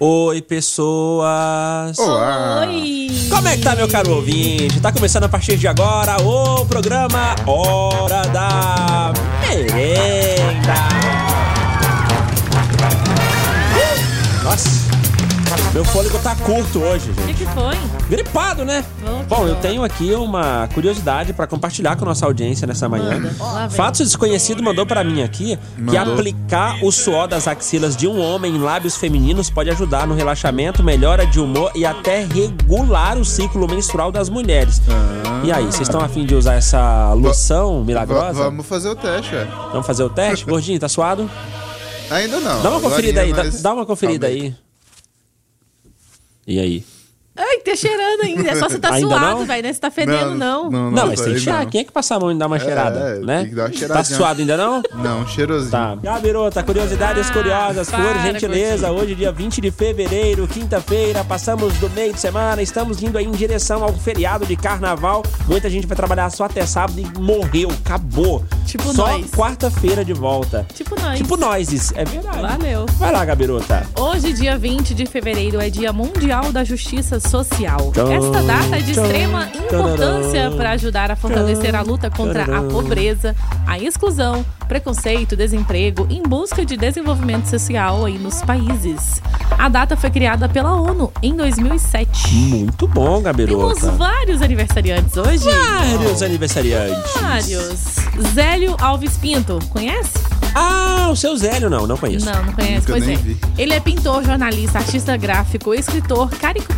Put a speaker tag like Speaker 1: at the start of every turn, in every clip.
Speaker 1: Oi, pessoas!
Speaker 2: Olá!
Speaker 3: Oi!
Speaker 1: Como é que tá, meu caro ouvinte? Tá começando a partir de agora o programa Hora da Merenda! Nossa, meu fôlego tá curto hoje,
Speaker 3: O
Speaker 1: gente.
Speaker 3: que, que foi?
Speaker 1: Gripado, né?
Speaker 3: Bom, que
Speaker 1: Bom, eu
Speaker 3: bom.
Speaker 1: tenho aqui uma curiosidade pra compartilhar com a nossa audiência nessa manhã.
Speaker 3: Manda, lá vem.
Speaker 1: Fato desconhecido mandou pra mim aqui que
Speaker 2: Mandou.
Speaker 1: aplicar o suor das axilas de um homem em lábios femininos pode ajudar no relaxamento, melhora de humor e até regular o ciclo menstrual das mulheres. E aí, vocês estão afim de usar essa loção
Speaker 2: Ah. Va-
Speaker 1: milagrosa?
Speaker 2: Vamos fazer o teste, é.
Speaker 1: Vamos fazer o teste? Gordinho, tá suado?
Speaker 2: Ainda não.
Speaker 1: Dá uma conferida aí,
Speaker 2: Agora,
Speaker 1: dá,
Speaker 2: mas-
Speaker 1: dá uma conferida
Speaker 2: Calma
Speaker 1: aí. E aí?
Speaker 3: Ai, tá cheirando ainda. É só você tá
Speaker 1: Ainda
Speaker 3: suado,
Speaker 1: não?
Speaker 3: velho. Não você tá fedendo, não.
Speaker 2: Não,
Speaker 1: Não, mas tem que
Speaker 2: aí
Speaker 1: cheirar.
Speaker 2: não.
Speaker 1: Quem é que passa a mão e dá uma cheirada?
Speaker 2: é,
Speaker 1: né?
Speaker 2: tem que dar uma
Speaker 1: tá
Speaker 2: cheiradinha.
Speaker 1: suado ainda não?
Speaker 2: Não, cheirosinho.
Speaker 1: Tá. Gabirota, curiosidades
Speaker 3: Ah,
Speaker 1: curiosas,
Speaker 3: para,
Speaker 1: por gentileza. Hoje, dia 20 de fevereiro, quinta-feira, passamos do meio de semana, estamos indo aí em direção ao feriado de carnaval. Muita gente vai trabalhar só até sábado e morreu, acabou.
Speaker 3: Tipo
Speaker 1: só
Speaker 3: nós.
Speaker 1: quarta-feira de volta.
Speaker 3: Tipo nós.
Speaker 1: Tipo nós, é verdade.
Speaker 3: Valeu.
Speaker 1: Vai lá, Gabirota.
Speaker 3: Hoje, dia 20 de fevereiro, é Dia Mundial da Justiça Social.
Speaker 1: Tcharam,
Speaker 3: Esta data é de
Speaker 1: tcharam,
Speaker 3: extrema importância
Speaker 1: tcharam,
Speaker 3: para ajudar a fortalecer a luta contra a
Speaker 1: tcharam.
Speaker 3: pobreza, a exclusão, preconceito, desemprego, em busca de desenvolvimento social aí nos países. A data foi criada pela ONU em 2007.
Speaker 1: Muito bom,
Speaker 3: Temos
Speaker 1: Gabirota.
Speaker 3: vários aniversariantes hoje.
Speaker 1: Vários aniversariantes.
Speaker 3: Vários. Zélio Alves Pinto, conhece?
Speaker 1: Ah, o seu Zélio não, não conheço.
Speaker 3: Não, não conhece.
Speaker 2: Nunca
Speaker 3: pois
Speaker 2: nem
Speaker 3: é.
Speaker 2: vi.
Speaker 3: Ele é pintor, jornalista, artista gráfico, escritor, carico-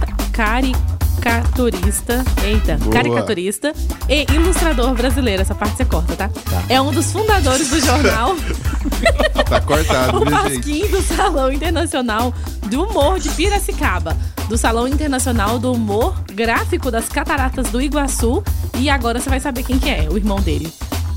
Speaker 3: caricaturista. Eita,
Speaker 2: Boa.
Speaker 3: caricaturista e ilustrador brasileiro. Essa parte você corta, tá? É um dos fundadores do jornal
Speaker 2: Tá cortado,
Speaker 3: O
Speaker 2: viu, gente?
Speaker 3: Pasquim do Salão Internacional do Humor de Piracicaba, do Salão Internacional do Humor Gráfico das Cataratas do Iguaçu. E agora você vai saber quem que é, o irmão dele.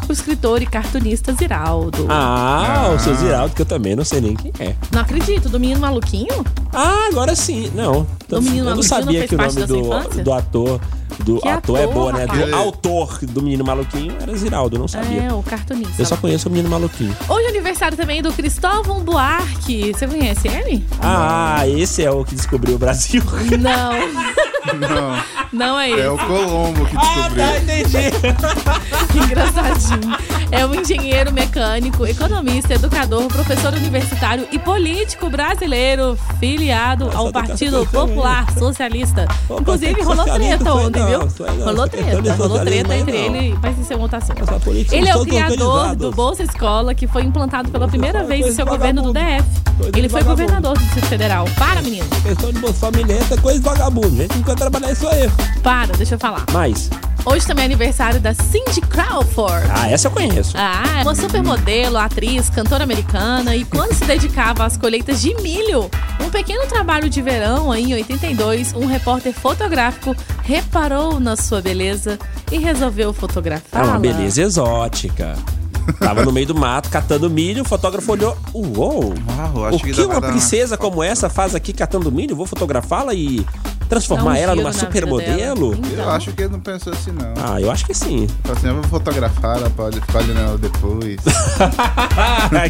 Speaker 3: O escritor e cartunista Ziraldo.
Speaker 1: Ah, o seu
Speaker 2: Ah.
Speaker 1: Ziraldo, que eu também não sei nem quem é.
Speaker 3: Não acredito, do menino maluquinho?
Speaker 1: Ah, agora sim. Não.
Speaker 3: O menino
Speaker 1: eu não
Speaker 3: maluquinho
Speaker 1: sabia
Speaker 3: não fez
Speaker 1: que o
Speaker 3: parte
Speaker 1: nome
Speaker 3: da sua
Speaker 1: do,
Speaker 3: infância?
Speaker 1: do ator. Do
Speaker 3: Que
Speaker 1: ator, é
Speaker 3: ator,
Speaker 1: boa, né? Do
Speaker 3: rapaz?
Speaker 1: autor do menino maluquinho era Ziraldo, eu não sabia.
Speaker 3: É, o cartunista.
Speaker 1: Eu só conheço o menino maluquinho.
Speaker 3: Hoje é aniversário também do Cristóvão Buarque. Você conhece ele?
Speaker 1: Ah, esse é o que descobriu o Brasil.
Speaker 3: Não,
Speaker 2: Não,
Speaker 3: não é ele.
Speaker 2: é o Colombo que descobriu.
Speaker 1: Ah, tá,
Speaker 3: tá.
Speaker 1: entendi.
Speaker 3: Que engraçadinho. É um engenheiro mecânico, economista, educador, professor universitário e político brasileiro, filiado
Speaker 1: Essa
Speaker 3: ao
Speaker 1: educação
Speaker 3: Partido
Speaker 1: tá também.
Speaker 3: Popular Socialista.
Speaker 1: Ô,
Speaker 3: Inclusive,
Speaker 1: mas
Speaker 3: rolou
Speaker 1: socialista
Speaker 3: treta
Speaker 1: foi
Speaker 3: ontem,
Speaker 1: não,
Speaker 3: viu?
Speaker 1: foi não.
Speaker 3: Rolou
Speaker 1: Então,
Speaker 3: treta, rolou treta
Speaker 1: socialismo
Speaker 3: entre
Speaker 1: aí não.
Speaker 3: ele, mas isso é outra ação.
Speaker 1: Essa política
Speaker 3: Ele é o
Speaker 1: todos
Speaker 3: criador
Speaker 1: organizados.
Speaker 3: do Bolsa Escola, que foi implantado pela primeira
Speaker 1: Coisa
Speaker 3: vez em seu
Speaker 1: de
Speaker 3: governo do
Speaker 1: vagabundo.
Speaker 3: DF.
Speaker 1: Coisa de
Speaker 3: Ele foi
Speaker 1: vagabundo.
Speaker 3: governador do Distrito Federal. Para, menino.
Speaker 1: Questão de Bolsa Família essa é coisa de vagabundo. Gente, não quer trabalhar isso aí.
Speaker 3: Para, deixa eu falar.
Speaker 1: Mas,
Speaker 3: Hoje também é aniversário da Cindy Crawford.
Speaker 1: ah, essa eu conheço.
Speaker 3: Ah, uma supermodelo, atriz, cantora americana e quando se dedicava às colheitas de milho, um pequeno trabalho de verão aí, em 82, um repórter fotográfico reparou na sua beleza e resolveu
Speaker 1: É
Speaker 3: fotografá-la.
Speaker 1: uma beleza exótica. Tava no meio do mato, catando milho, o fotógrafo olhou. Uou!
Speaker 2: Uau, acho
Speaker 1: o que,
Speaker 2: que dá pra
Speaker 1: uma
Speaker 2: dar
Speaker 1: princesa como essa faz aqui catando milho? Vou fotografá-la e transformar
Speaker 3: Dá um
Speaker 1: ela
Speaker 3: giro
Speaker 1: numa
Speaker 3: na vida dela.
Speaker 1: supermodelo?
Speaker 2: Eu
Speaker 3: Então.
Speaker 2: acho que ele não pensou assim, não.
Speaker 1: Ah, eu acho que sim.
Speaker 2: Falou assim, eu vou fotografar, ela pode ficar olhando ela depois.
Speaker 1: Tá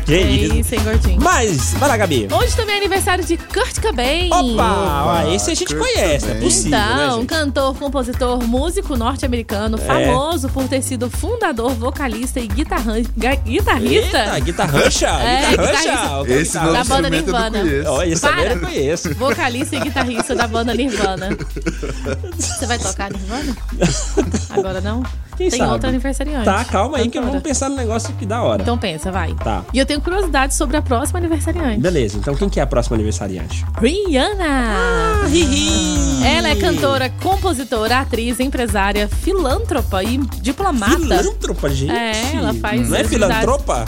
Speaker 1: que
Speaker 3: É
Speaker 1: isso.
Speaker 3: isso, hein, gordinho?
Speaker 1: Mas, vai lá, Gabi.
Speaker 3: Hoje também é aniversário de Kurt Cobain.
Speaker 1: Opa! ah, esse a gente
Speaker 2: Kurt
Speaker 1: conhece, é
Speaker 2: Cobain.
Speaker 1: possível, né,
Speaker 3: Então,
Speaker 1: gente? É.
Speaker 3: cantor, compositor, músico norte-americano, famoso por ter sido fundador, vocalista e guitarran- ga- guitarrista
Speaker 1: Eita, guitarrancha!
Speaker 3: É,
Speaker 1: guitarrancha!
Speaker 3: guitarrista.
Speaker 1: o
Speaker 2: Esse é
Speaker 1: capitão.
Speaker 2: novo
Speaker 3: Da banda
Speaker 2: instrumento eu não
Speaker 3: Nirvana.
Speaker 2: conheço.
Speaker 1: Olha, esse também
Speaker 3: Para.
Speaker 1: eu conheço.
Speaker 3: vocalista e guitarrista da banda Nirvana. Você vai tocar Nirvana? Agora não?
Speaker 1: Quem
Speaker 3: Tem
Speaker 1: sabe?
Speaker 3: outro aniversariante.
Speaker 1: Tá, calma aí que
Speaker 3: Cantora.
Speaker 1: vamos pensar no negócio que da hora.
Speaker 3: Então pensa, vai.
Speaker 1: Tá.
Speaker 3: E eu tenho curiosidade sobre a próxima aniversariante.
Speaker 1: Beleza, então quem que é a próxima aniversariante?
Speaker 3: Rihanna! Ela é cantora, compositora, atriz, empresária, filantropa e diplomata.
Speaker 1: Filantropa, gente.
Speaker 3: É, ela faz
Speaker 1: Não é
Speaker 3: atividades-
Speaker 1: filantropa?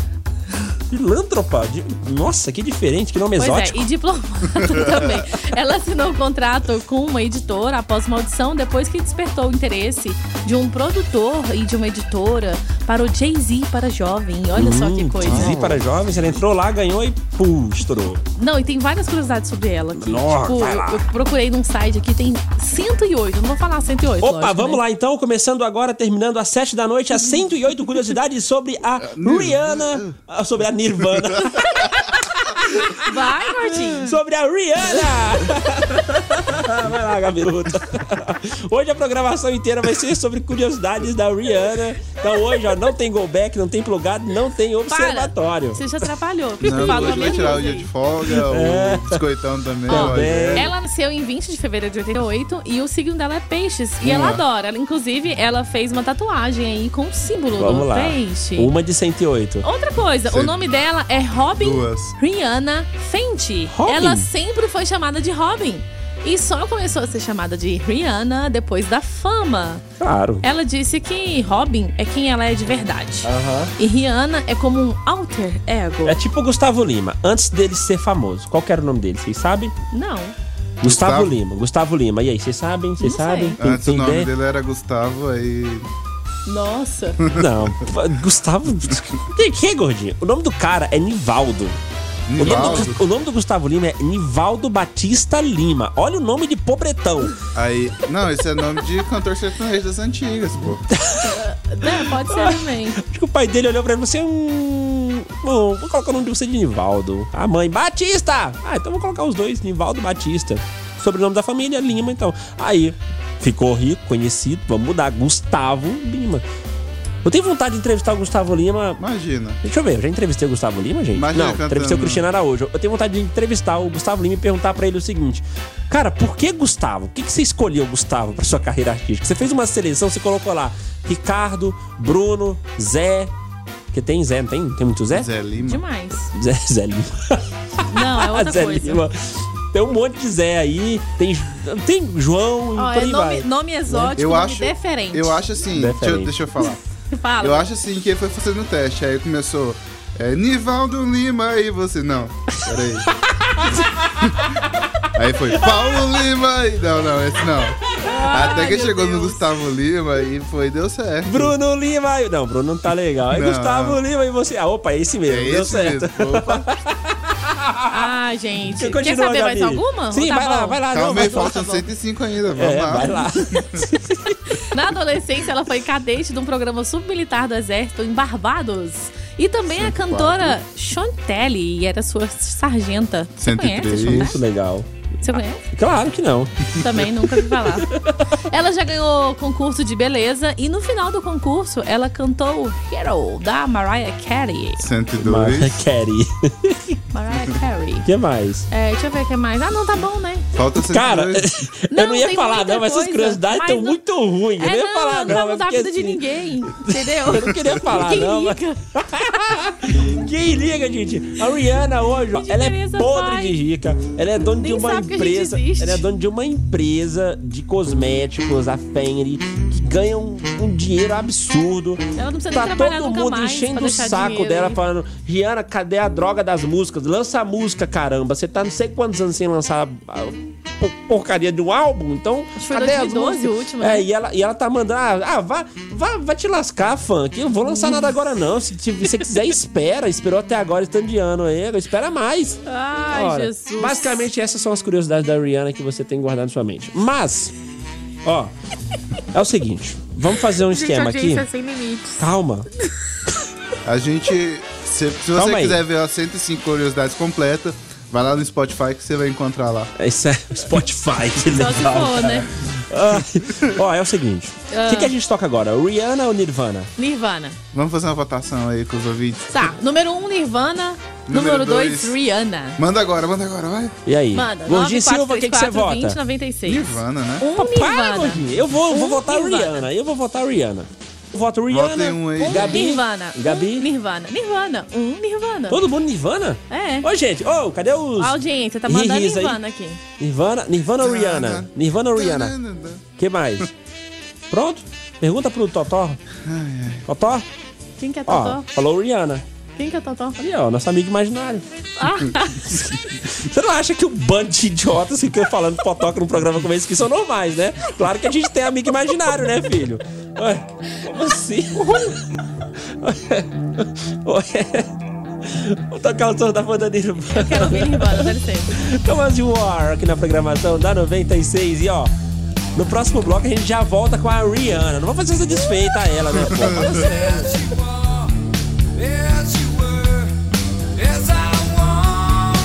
Speaker 1: Filantropa? De- Nossa, que diferente, que nome
Speaker 3: Pois
Speaker 1: exótico.
Speaker 3: é, e diplomata também. Ela assinou um contrato com uma editora após uma audição, depois que despertou o interesse de um produtor e de uma editora para o Jay-Z para jovem. Olha só que
Speaker 1: Hum,
Speaker 3: coisa.
Speaker 1: Jay-Z para jovens, ela entrou lá, ganhou e pum, estourou.
Speaker 3: Não, e tem várias curiosidades sobre ela. aqui.
Speaker 1: Nossa,
Speaker 3: tipo,
Speaker 1: vai lá.
Speaker 3: eu procurei num site aqui, tem 108. Não vou falar 108.
Speaker 1: Opa,
Speaker 3: lógico,
Speaker 1: vamos
Speaker 3: né?
Speaker 1: lá então, começando agora, terminando às 7 da noite, às 108 curiosidades sobre a Rihanna, ah, sobre a Nirvana.
Speaker 3: Vai, gordinho.
Speaker 1: sobre a Rihanna. vai lá, Gabiruta. Hoje a programação inteira vai ser sobre curiosidades da Rihanna. Então hoje, ó, não tem go back, não tem plugado, não tem observatório.
Speaker 3: Você já atrapalhou. porque
Speaker 2: Não,
Speaker 3: falou a
Speaker 2: hoje vai
Speaker 3: mesma
Speaker 2: tirar o dia
Speaker 3: coisa.
Speaker 2: de folga, o biscoitão também.
Speaker 1: É. Também.
Speaker 2: o Rogério.
Speaker 3: Ela nasceu em 20 de fevereiro de 88 e o signo dela é peixes. E ela
Speaker 2: Vamos lá.
Speaker 1: Hum.
Speaker 3: adora. Ela, inclusive, ela fez uma tatuagem aí com o símbolo
Speaker 1: Vamos
Speaker 3: do
Speaker 1: lá. Um
Speaker 3: peixe.
Speaker 1: Uma de 108.
Speaker 3: Outra coisa,
Speaker 2: Sei.
Speaker 3: o nome dela é Robin
Speaker 2: Duas.
Speaker 3: Rihanna Fenty.
Speaker 1: Robin?
Speaker 3: Ela sempre foi chamada de Robin. E só começou a ser chamada de Rihanna depois da fama.
Speaker 1: Claro.
Speaker 3: Ela disse que Robin é quem ela é de verdade.
Speaker 1: Aham.
Speaker 3: E Rihanna é como um alter ego.
Speaker 1: É tipo o Gustavo Lima, antes dele ser famoso. Qual que era o nome dele? Vocês sabem?
Speaker 3: Não.
Speaker 1: Gustavo,
Speaker 2: Gustavo.
Speaker 1: Lima. Gustavo Lima. E aí, vocês sabem? Vocês
Speaker 3: Não
Speaker 1: sabem?
Speaker 3: sei.
Speaker 1: Tem-
Speaker 2: Antes
Speaker 1: tem
Speaker 2: o nome
Speaker 1: ideia?
Speaker 2: dele era Gustavo, aí.
Speaker 3: Nossa.
Speaker 1: Não. Gustavo. Tem que, gordinho? O nome do cara é Nivaldo. O nome,
Speaker 2: Nivaldo.
Speaker 1: do, o nome do Gustavo Lima é Nivaldo Batista Lima. Olha o nome de pobretão.
Speaker 2: Aí. Não, esse é nome de cantor sertanejo das antigas, pô.
Speaker 3: É, pode ser também.
Speaker 1: Acho que o pai dele olhou pra ele e falou assim: hum, bom, vou colocar o nome de você de Nivaldo. A mãe, Batista! Ah, então vou colocar os dois, Nivaldo Batista. Sobrenome da família, Lima, então. Aí, ficou rico, conhecido, vamos mudar, Gustavo Lima. Eu tenho vontade de entrevistar o Gustavo Lima.
Speaker 2: Imagina.
Speaker 1: Deixa eu ver, eu já entrevistei o Gustavo Lima, gente?
Speaker 2: Imagina
Speaker 1: Não,
Speaker 2: cantando.
Speaker 1: entrevistei o Cristiano Araújo. Eu tenho vontade de entrevistar o Gustavo Lima e perguntar pra ele o seguinte: Cara, por que Gustavo? Por que, que você escolheu Gustavo pra sua carreira artística? Você fez uma seleção, você colocou lá Ricardo, Bruno, Zé. Que tem Zé, não tem? Tem
Speaker 3: É?
Speaker 1: muito Zé? Zé,
Speaker 2: Zé Lima.
Speaker 3: Demais.
Speaker 1: Zé, Lima.
Speaker 3: Não, é outra
Speaker 1: Zé
Speaker 3: coisa.
Speaker 1: Lima. Tem um monte de Zé aí. Tem, tem João e
Speaker 3: Ó,
Speaker 1: por
Speaker 3: é
Speaker 1: aí
Speaker 3: nome,
Speaker 1: vai.
Speaker 3: nome exótico,
Speaker 2: Eu
Speaker 3: um nome
Speaker 2: acho-
Speaker 3: diferente.
Speaker 2: Eu acho assim, deixa eu,
Speaker 1: Diferente.
Speaker 2: deixa eu falar.
Speaker 3: Fala.
Speaker 2: Eu acho assim que ele foi fazendo o teste, aí começou. É, Nivaldo Lima e você. Não, peraí. aí foi Paulo Lima e. Não, não, esse não. Até que
Speaker 3: meu
Speaker 2: chegou no
Speaker 3: Deus.
Speaker 2: Gustavo Lima e foi, deu certo.
Speaker 1: Bruno Lima. e- Não, Bruno não tá legal. É
Speaker 2: Não.
Speaker 1: Gustavo Lima e você. Ah, opa, é esse mesmo.
Speaker 2: É
Speaker 1: deu
Speaker 2: esse
Speaker 1: certo.
Speaker 2: mesmo. Opa,
Speaker 3: Tá Ah, gente.
Speaker 1: Você continua,
Speaker 3: Quer saber mais
Speaker 1: Gabi?
Speaker 3: alguma?
Speaker 1: Sim,
Speaker 3: Ou tá
Speaker 1: vai lá,
Speaker 3: bom?
Speaker 1: vai lá. não,
Speaker 2: calma
Speaker 1: vai
Speaker 2: aí,
Speaker 1: lá.
Speaker 2: faltam 105 ainda. Vamos
Speaker 1: É,
Speaker 2: lá.
Speaker 1: vai lá.
Speaker 3: Na adolescência, ela foi cadete de um programa submilitar do exército em Barbados. E também a
Speaker 2: 104.
Speaker 3: cantora Chantelle, e era sua sargenta. Você
Speaker 2: 103.
Speaker 3: conhece a
Speaker 1: Muito
Speaker 3: Chantelle?
Speaker 1: legal.
Speaker 3: Você conhece?
Speaker 1: Claro que não.
Speaker 3: Também nunca vi falar. Ela já ganhou concurso de beleza e no final do concurso, ela cantou Hero, da Mariah Carey.
Speaker 2: 102.
Speaker 1: Mas, é Kelly.
Speaker 3: Mariah Carey.
Speaker 1: O que mais?
Speaker 3: É, deixa eu ver o que é mais. Ah, não, tá bom, né?
Speaker 2: Falta 102.
Speaker 1: Cara, eu
Speaker 3: Não,
Speaker 1: não ia
Speaker 3: tem
Speaker 1: falar,
Speaker 3: muita
Speaker 1: não, mas essas
Speaker 3: coisa,
Speaker 1: curiosidades
Speaker 3: mas
Speaker 1: estão
Speaker 3: não-
Speaker 1: muito ruins. Eu não
Speaker 3: É,
Speaker 1: ia
Speaker 3: não,
Speaker 1: falar,
Speaker 3: não
Speaker 1: não.
Speaker 3: vai
Speaker 1: mas
Speaker 3: mudar a
Speaker 1: porque
Speaker 3: vida de
Speaker 1: assim,
Speaker 3: ninguém, entendeu?
Speaker 1: Eu não queria falar,
Speaker 3: Quem
Speaker 1: não. mas-
Speaker 3: liga?
Speaker 1: Quem liga, gente? A Rihanna hoje, ó,
Speaker 3: Que
Speaker 1: ela é
Speaker 3: diferença
Speaker 1: podre
Speaker 3: faz?
Speaker 1: de rica. Ela é dona de
Speaker 3: Nem
Speaker 1: uma
Speaker 3: sabe que a gente
Speaker 1: empresa.
Speaker 3: existe.
Speaker 1: Ela é dona de uma empresa de cosméticos, a Fenry, que ganha um, um dinheiro absurdo.
Speaker 3: Ela não precisa nem
Speaker 1: Tá
Speaker 3: trabalhar
Speaker 1: todo
Speaker 3: nunca
Speaker 1: mundo
Speaker 3: mais pra
Speaker 1: enchendo o
Speaker 3: deixar
Speaker 1: saco
Speaker 3: dinheiro,
Speaker 1: dela,
Speaker 3: hein?
Speaker 1: falando: Rihanna, cadê a droga das músicas? Lança a música, caramba. Você tá não sei quantos anos sem lançar a por- porcaria de um álbum, então.
Speaker 3: Acho que foi
Speaker 1: cadê as
Speaker 3: 2012
Speaker 1: músicas?
Speaker 3: o último,
Speaker 1: É,
Speaker 3: né?
Speaker 1: e ela, e ela tá mandando. Ah, ah, vá, vá, vá te lascar, funk. Eu vou lançar nada agora, não. Se te- se você quiser, espera. Esperou até agora, esse tanto de ano aí. Espera mais.
Speaker 3: Ai,
Speaker 1: Ora,
Speaker 3: Jesus.
Speaker 1: Basicamente, essas são as curiosidades da Rihanna que você tem guardado na sua mente. Mas, ó, é o seguinte. Vamos fazer um esquema aqui.
Speaker 3: sem limites.
Speaker 1: Calma.
Speaker 2: A gente. Se, se você
Speaker 1: Calma aí.
Speaker 2: quiser ver as 105 curiosidades completas, vai lá no Spotify que você vai encontrar lá.
Speaker 1: Isso é Spotify, que
Speaker 3: Só se
Speaker 1: legal.
Speaker 3: for, Ah. né?
Speaker 1: Ah, Ó, é o seguinte. O que, que a gente toca agora? Rihanna ou Nirvana?
Speaker 3: Nirvana.
Speaker 2: Vamos fazer uma votação aí com os ouvintes.
Speaker 3: Tá, número 1, um, Nirvana. Número
Speaker 2: Número
Speaker 3: 2,
Speaker 2: dois.
Speaker 3: Rihanna.
Speaker 2: Manda agora, manda agora, vai.
Speaker 1: E aí?
Speaker 3: Manda,
Speaker 1: Gordinho Silva, o que, que você
Speaker 3: 9434,
Speaker 1: vota?
Speaker 3: 2096.
Speaker 2: Nirvana, né?
Speaker 3: Um
Speaker 1: Para,
Speaker 3: Nirvana.
Speaker 1: Gordinho. Eu vou, eu vou
Speaker 3: Um
Speaker 1: votar
Speaker 3: Nirvana.
Speaker 1: Rihanna. Eu vou votar Rihanna. Eu voto Rihanna.
Speaker 2: Votem um aí.
Speaker 3: Um
Speaker 1: Gabi?
Speaker 3: Nirvana.
Speaker 1: Gabi?
Speaker 3: Um Nirvana. Nirvana. Um Nirvana.
Speaker 1: Todo mundo Nirvana?
Speaker 3: É.
Speaker 1: Ô, gente, ô, cadê os.
Speaker 3: A audiência tá mandando
Speaker 1: Ih, isso aí.
Speaker 3: Nirvana aqui.
Speaker 1: Nirvana, Nirvana ou Rihanna? Nirvana ou Rihanna? que mais? Pronto? Pergunta pro Totó. Totó?
Speaker 3: Quem que é Totó?
Speaker 1: Ó, falou Rihanna.
Speaker 3: Quem que é Totó?
Speaker 1: Ali, ó, nosso amigo imaginário.
Speaker 3: Ah,
Speaker 1: Você não acha que o bando de idiotas que ficam falando potoca num programa como esse que são normais, né? Claro que a gente tem amigo imaginário, né, filho? Ué, como assim? Ué. Vou tocar o som da banda Nirvana. Então,
Speaker 3: quero ouvir Nirvana, dá licença.
Speaker 1: Thomas de War aqui na programação da 96 e ó. No próximo bloco a gente já volta com a Rihanna. Não vou fazer essa desfeita a ela, né? pô? Fala sério.
Speaker 4: As you were, as I want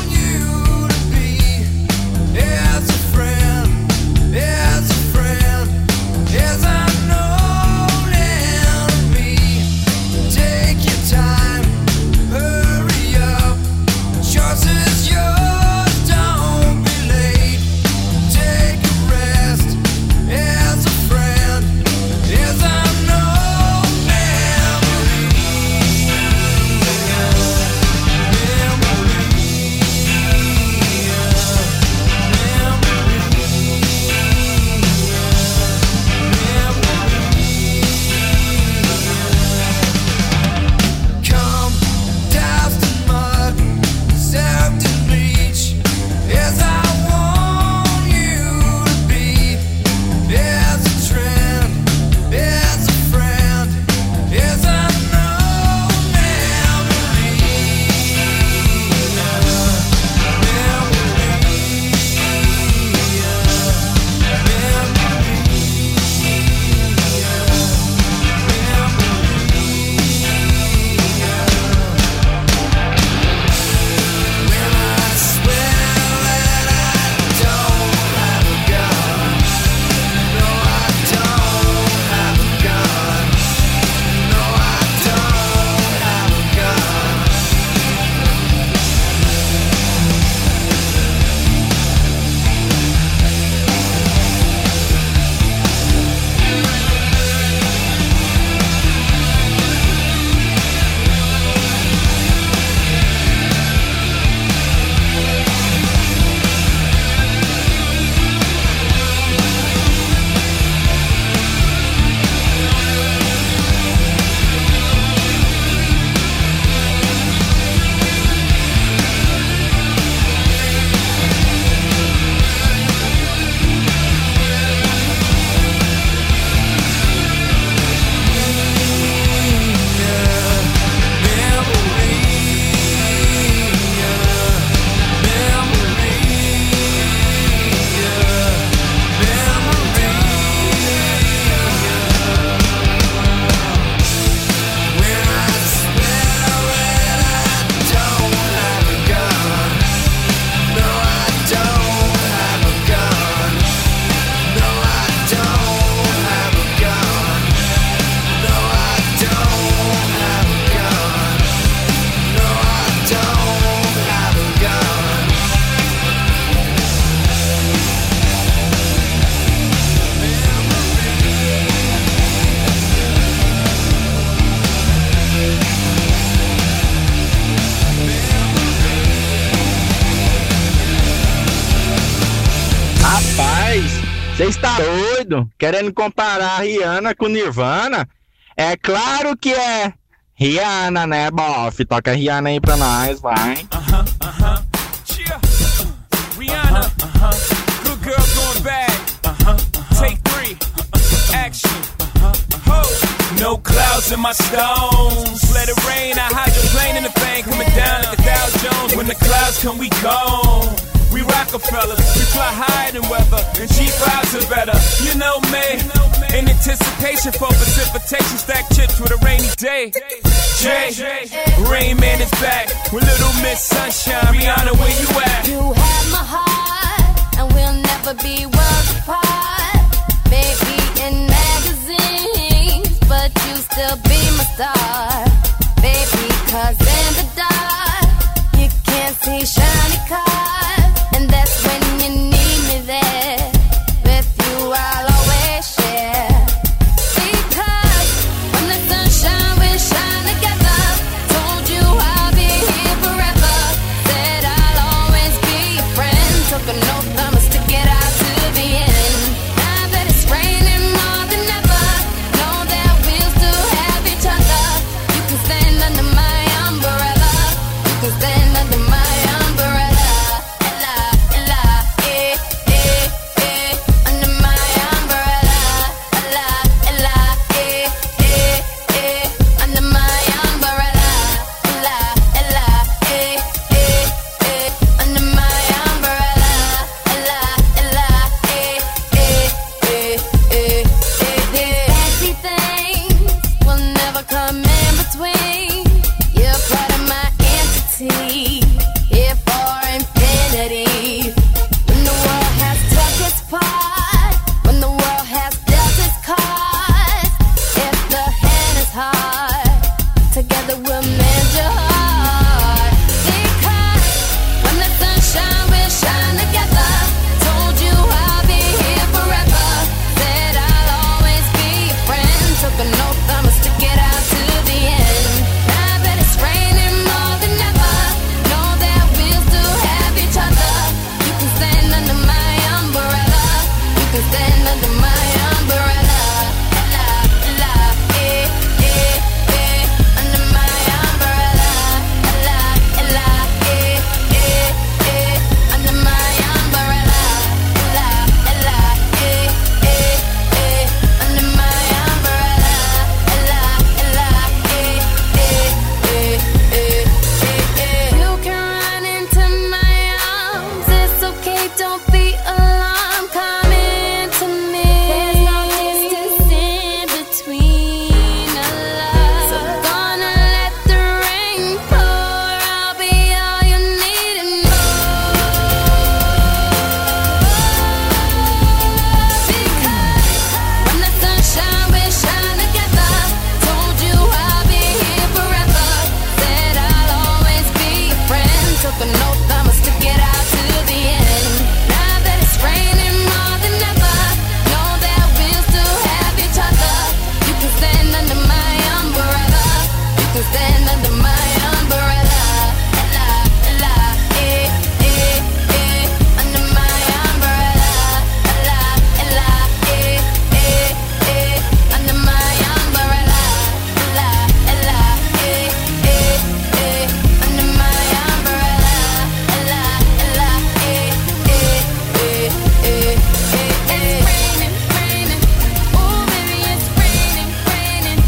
Speaker 4: Rapaz, você está doido? Querendo comparar a Rihanna com Nirvana? É claro que é. Rihanna, né, bof? Toca Rihanna aí pra nós, vai.
Speaker 5: Rihanna, uh-huh. good girl going bad. Uh-huh, Take three, action. Ho! No clouds in my stones. Let it rain, I hydroplane in the bank. Coming down like a Dow Jones. When the clouds come, we gone. We Rockefellers, we fly higher than weather, and G5s are better. You know me, in anticipation for precipitation, stack chips with a rainy day. Jay, Rain Man is back with Little Miss Sunshine. Rihanna, where you at?
Speaker 6: You have my heart, and we'll never be worlds apart. Maybe in magazines, but you still be my star. Baby, 'cause in the dark, you can't see shiny cars. And that's when you need me there. With you, I'll always share. Because when the sunshine we shine together, told you I'll be here forever. Said I'll always be your friend. Took an oath I'ma stick it out to the end. Now that it's raining more than ever, know that we'll still have each other. You can stand under my umbrella. You can stand under my umbrella. Ella, Ella, eh, eh, eh. Under my umbrella. Ella, Ella, eh, eh, eh. Under my umbrella. Ella, Ella, eh, eh, eh. Under my umbrella. Ella, Ella, eh, eh, eh, eh, eh, eh. Fancy things will never come in between. You're part of my entity. Here for infinity. When the world has took its part, when the world has dealt its cards, if the hand is hard, together we'll mend your heart. Because when the sunshine will shine together, told you I'll be here forever. Said I'll always be your friend. Took an oath I'ma stick it out to the end. Now that it's raining more than ever, know that we'll still have each other. You can stand under my umbrella. You can stand under my umbrella. La, la, eh, eh, eh. Under my umbrella. La, la, eh, eh, eh. Under my umbrella. La, la, eh, eh, eh. Under my umbrella. La, la, eh, eh, eh, eh, eh, eh. You can run into my arms. It's okay, don't be alarmed. Come into me. There's no distance in between our love. So gonna let the rain pour. I'll be all you need and more. Because when the sunshine will shine together, told you I'll be here forever. Said I'll always be your friend. Took an oath I'ma stick it out to the end. Now that it's raining more than ever, know that we'll still have each other. You can stand under my umbrella. You can stand under my umbrella. La, la, eh, eh, eh. Under my umbrella. La, la, eh, eh, eh. Under my umbrella. La, la, eh, eh, eh. Under my umbrella. La, la, eh, eh, eh, eh, eh, eh. Raining, raining. Oh, baby, it's raining, raining.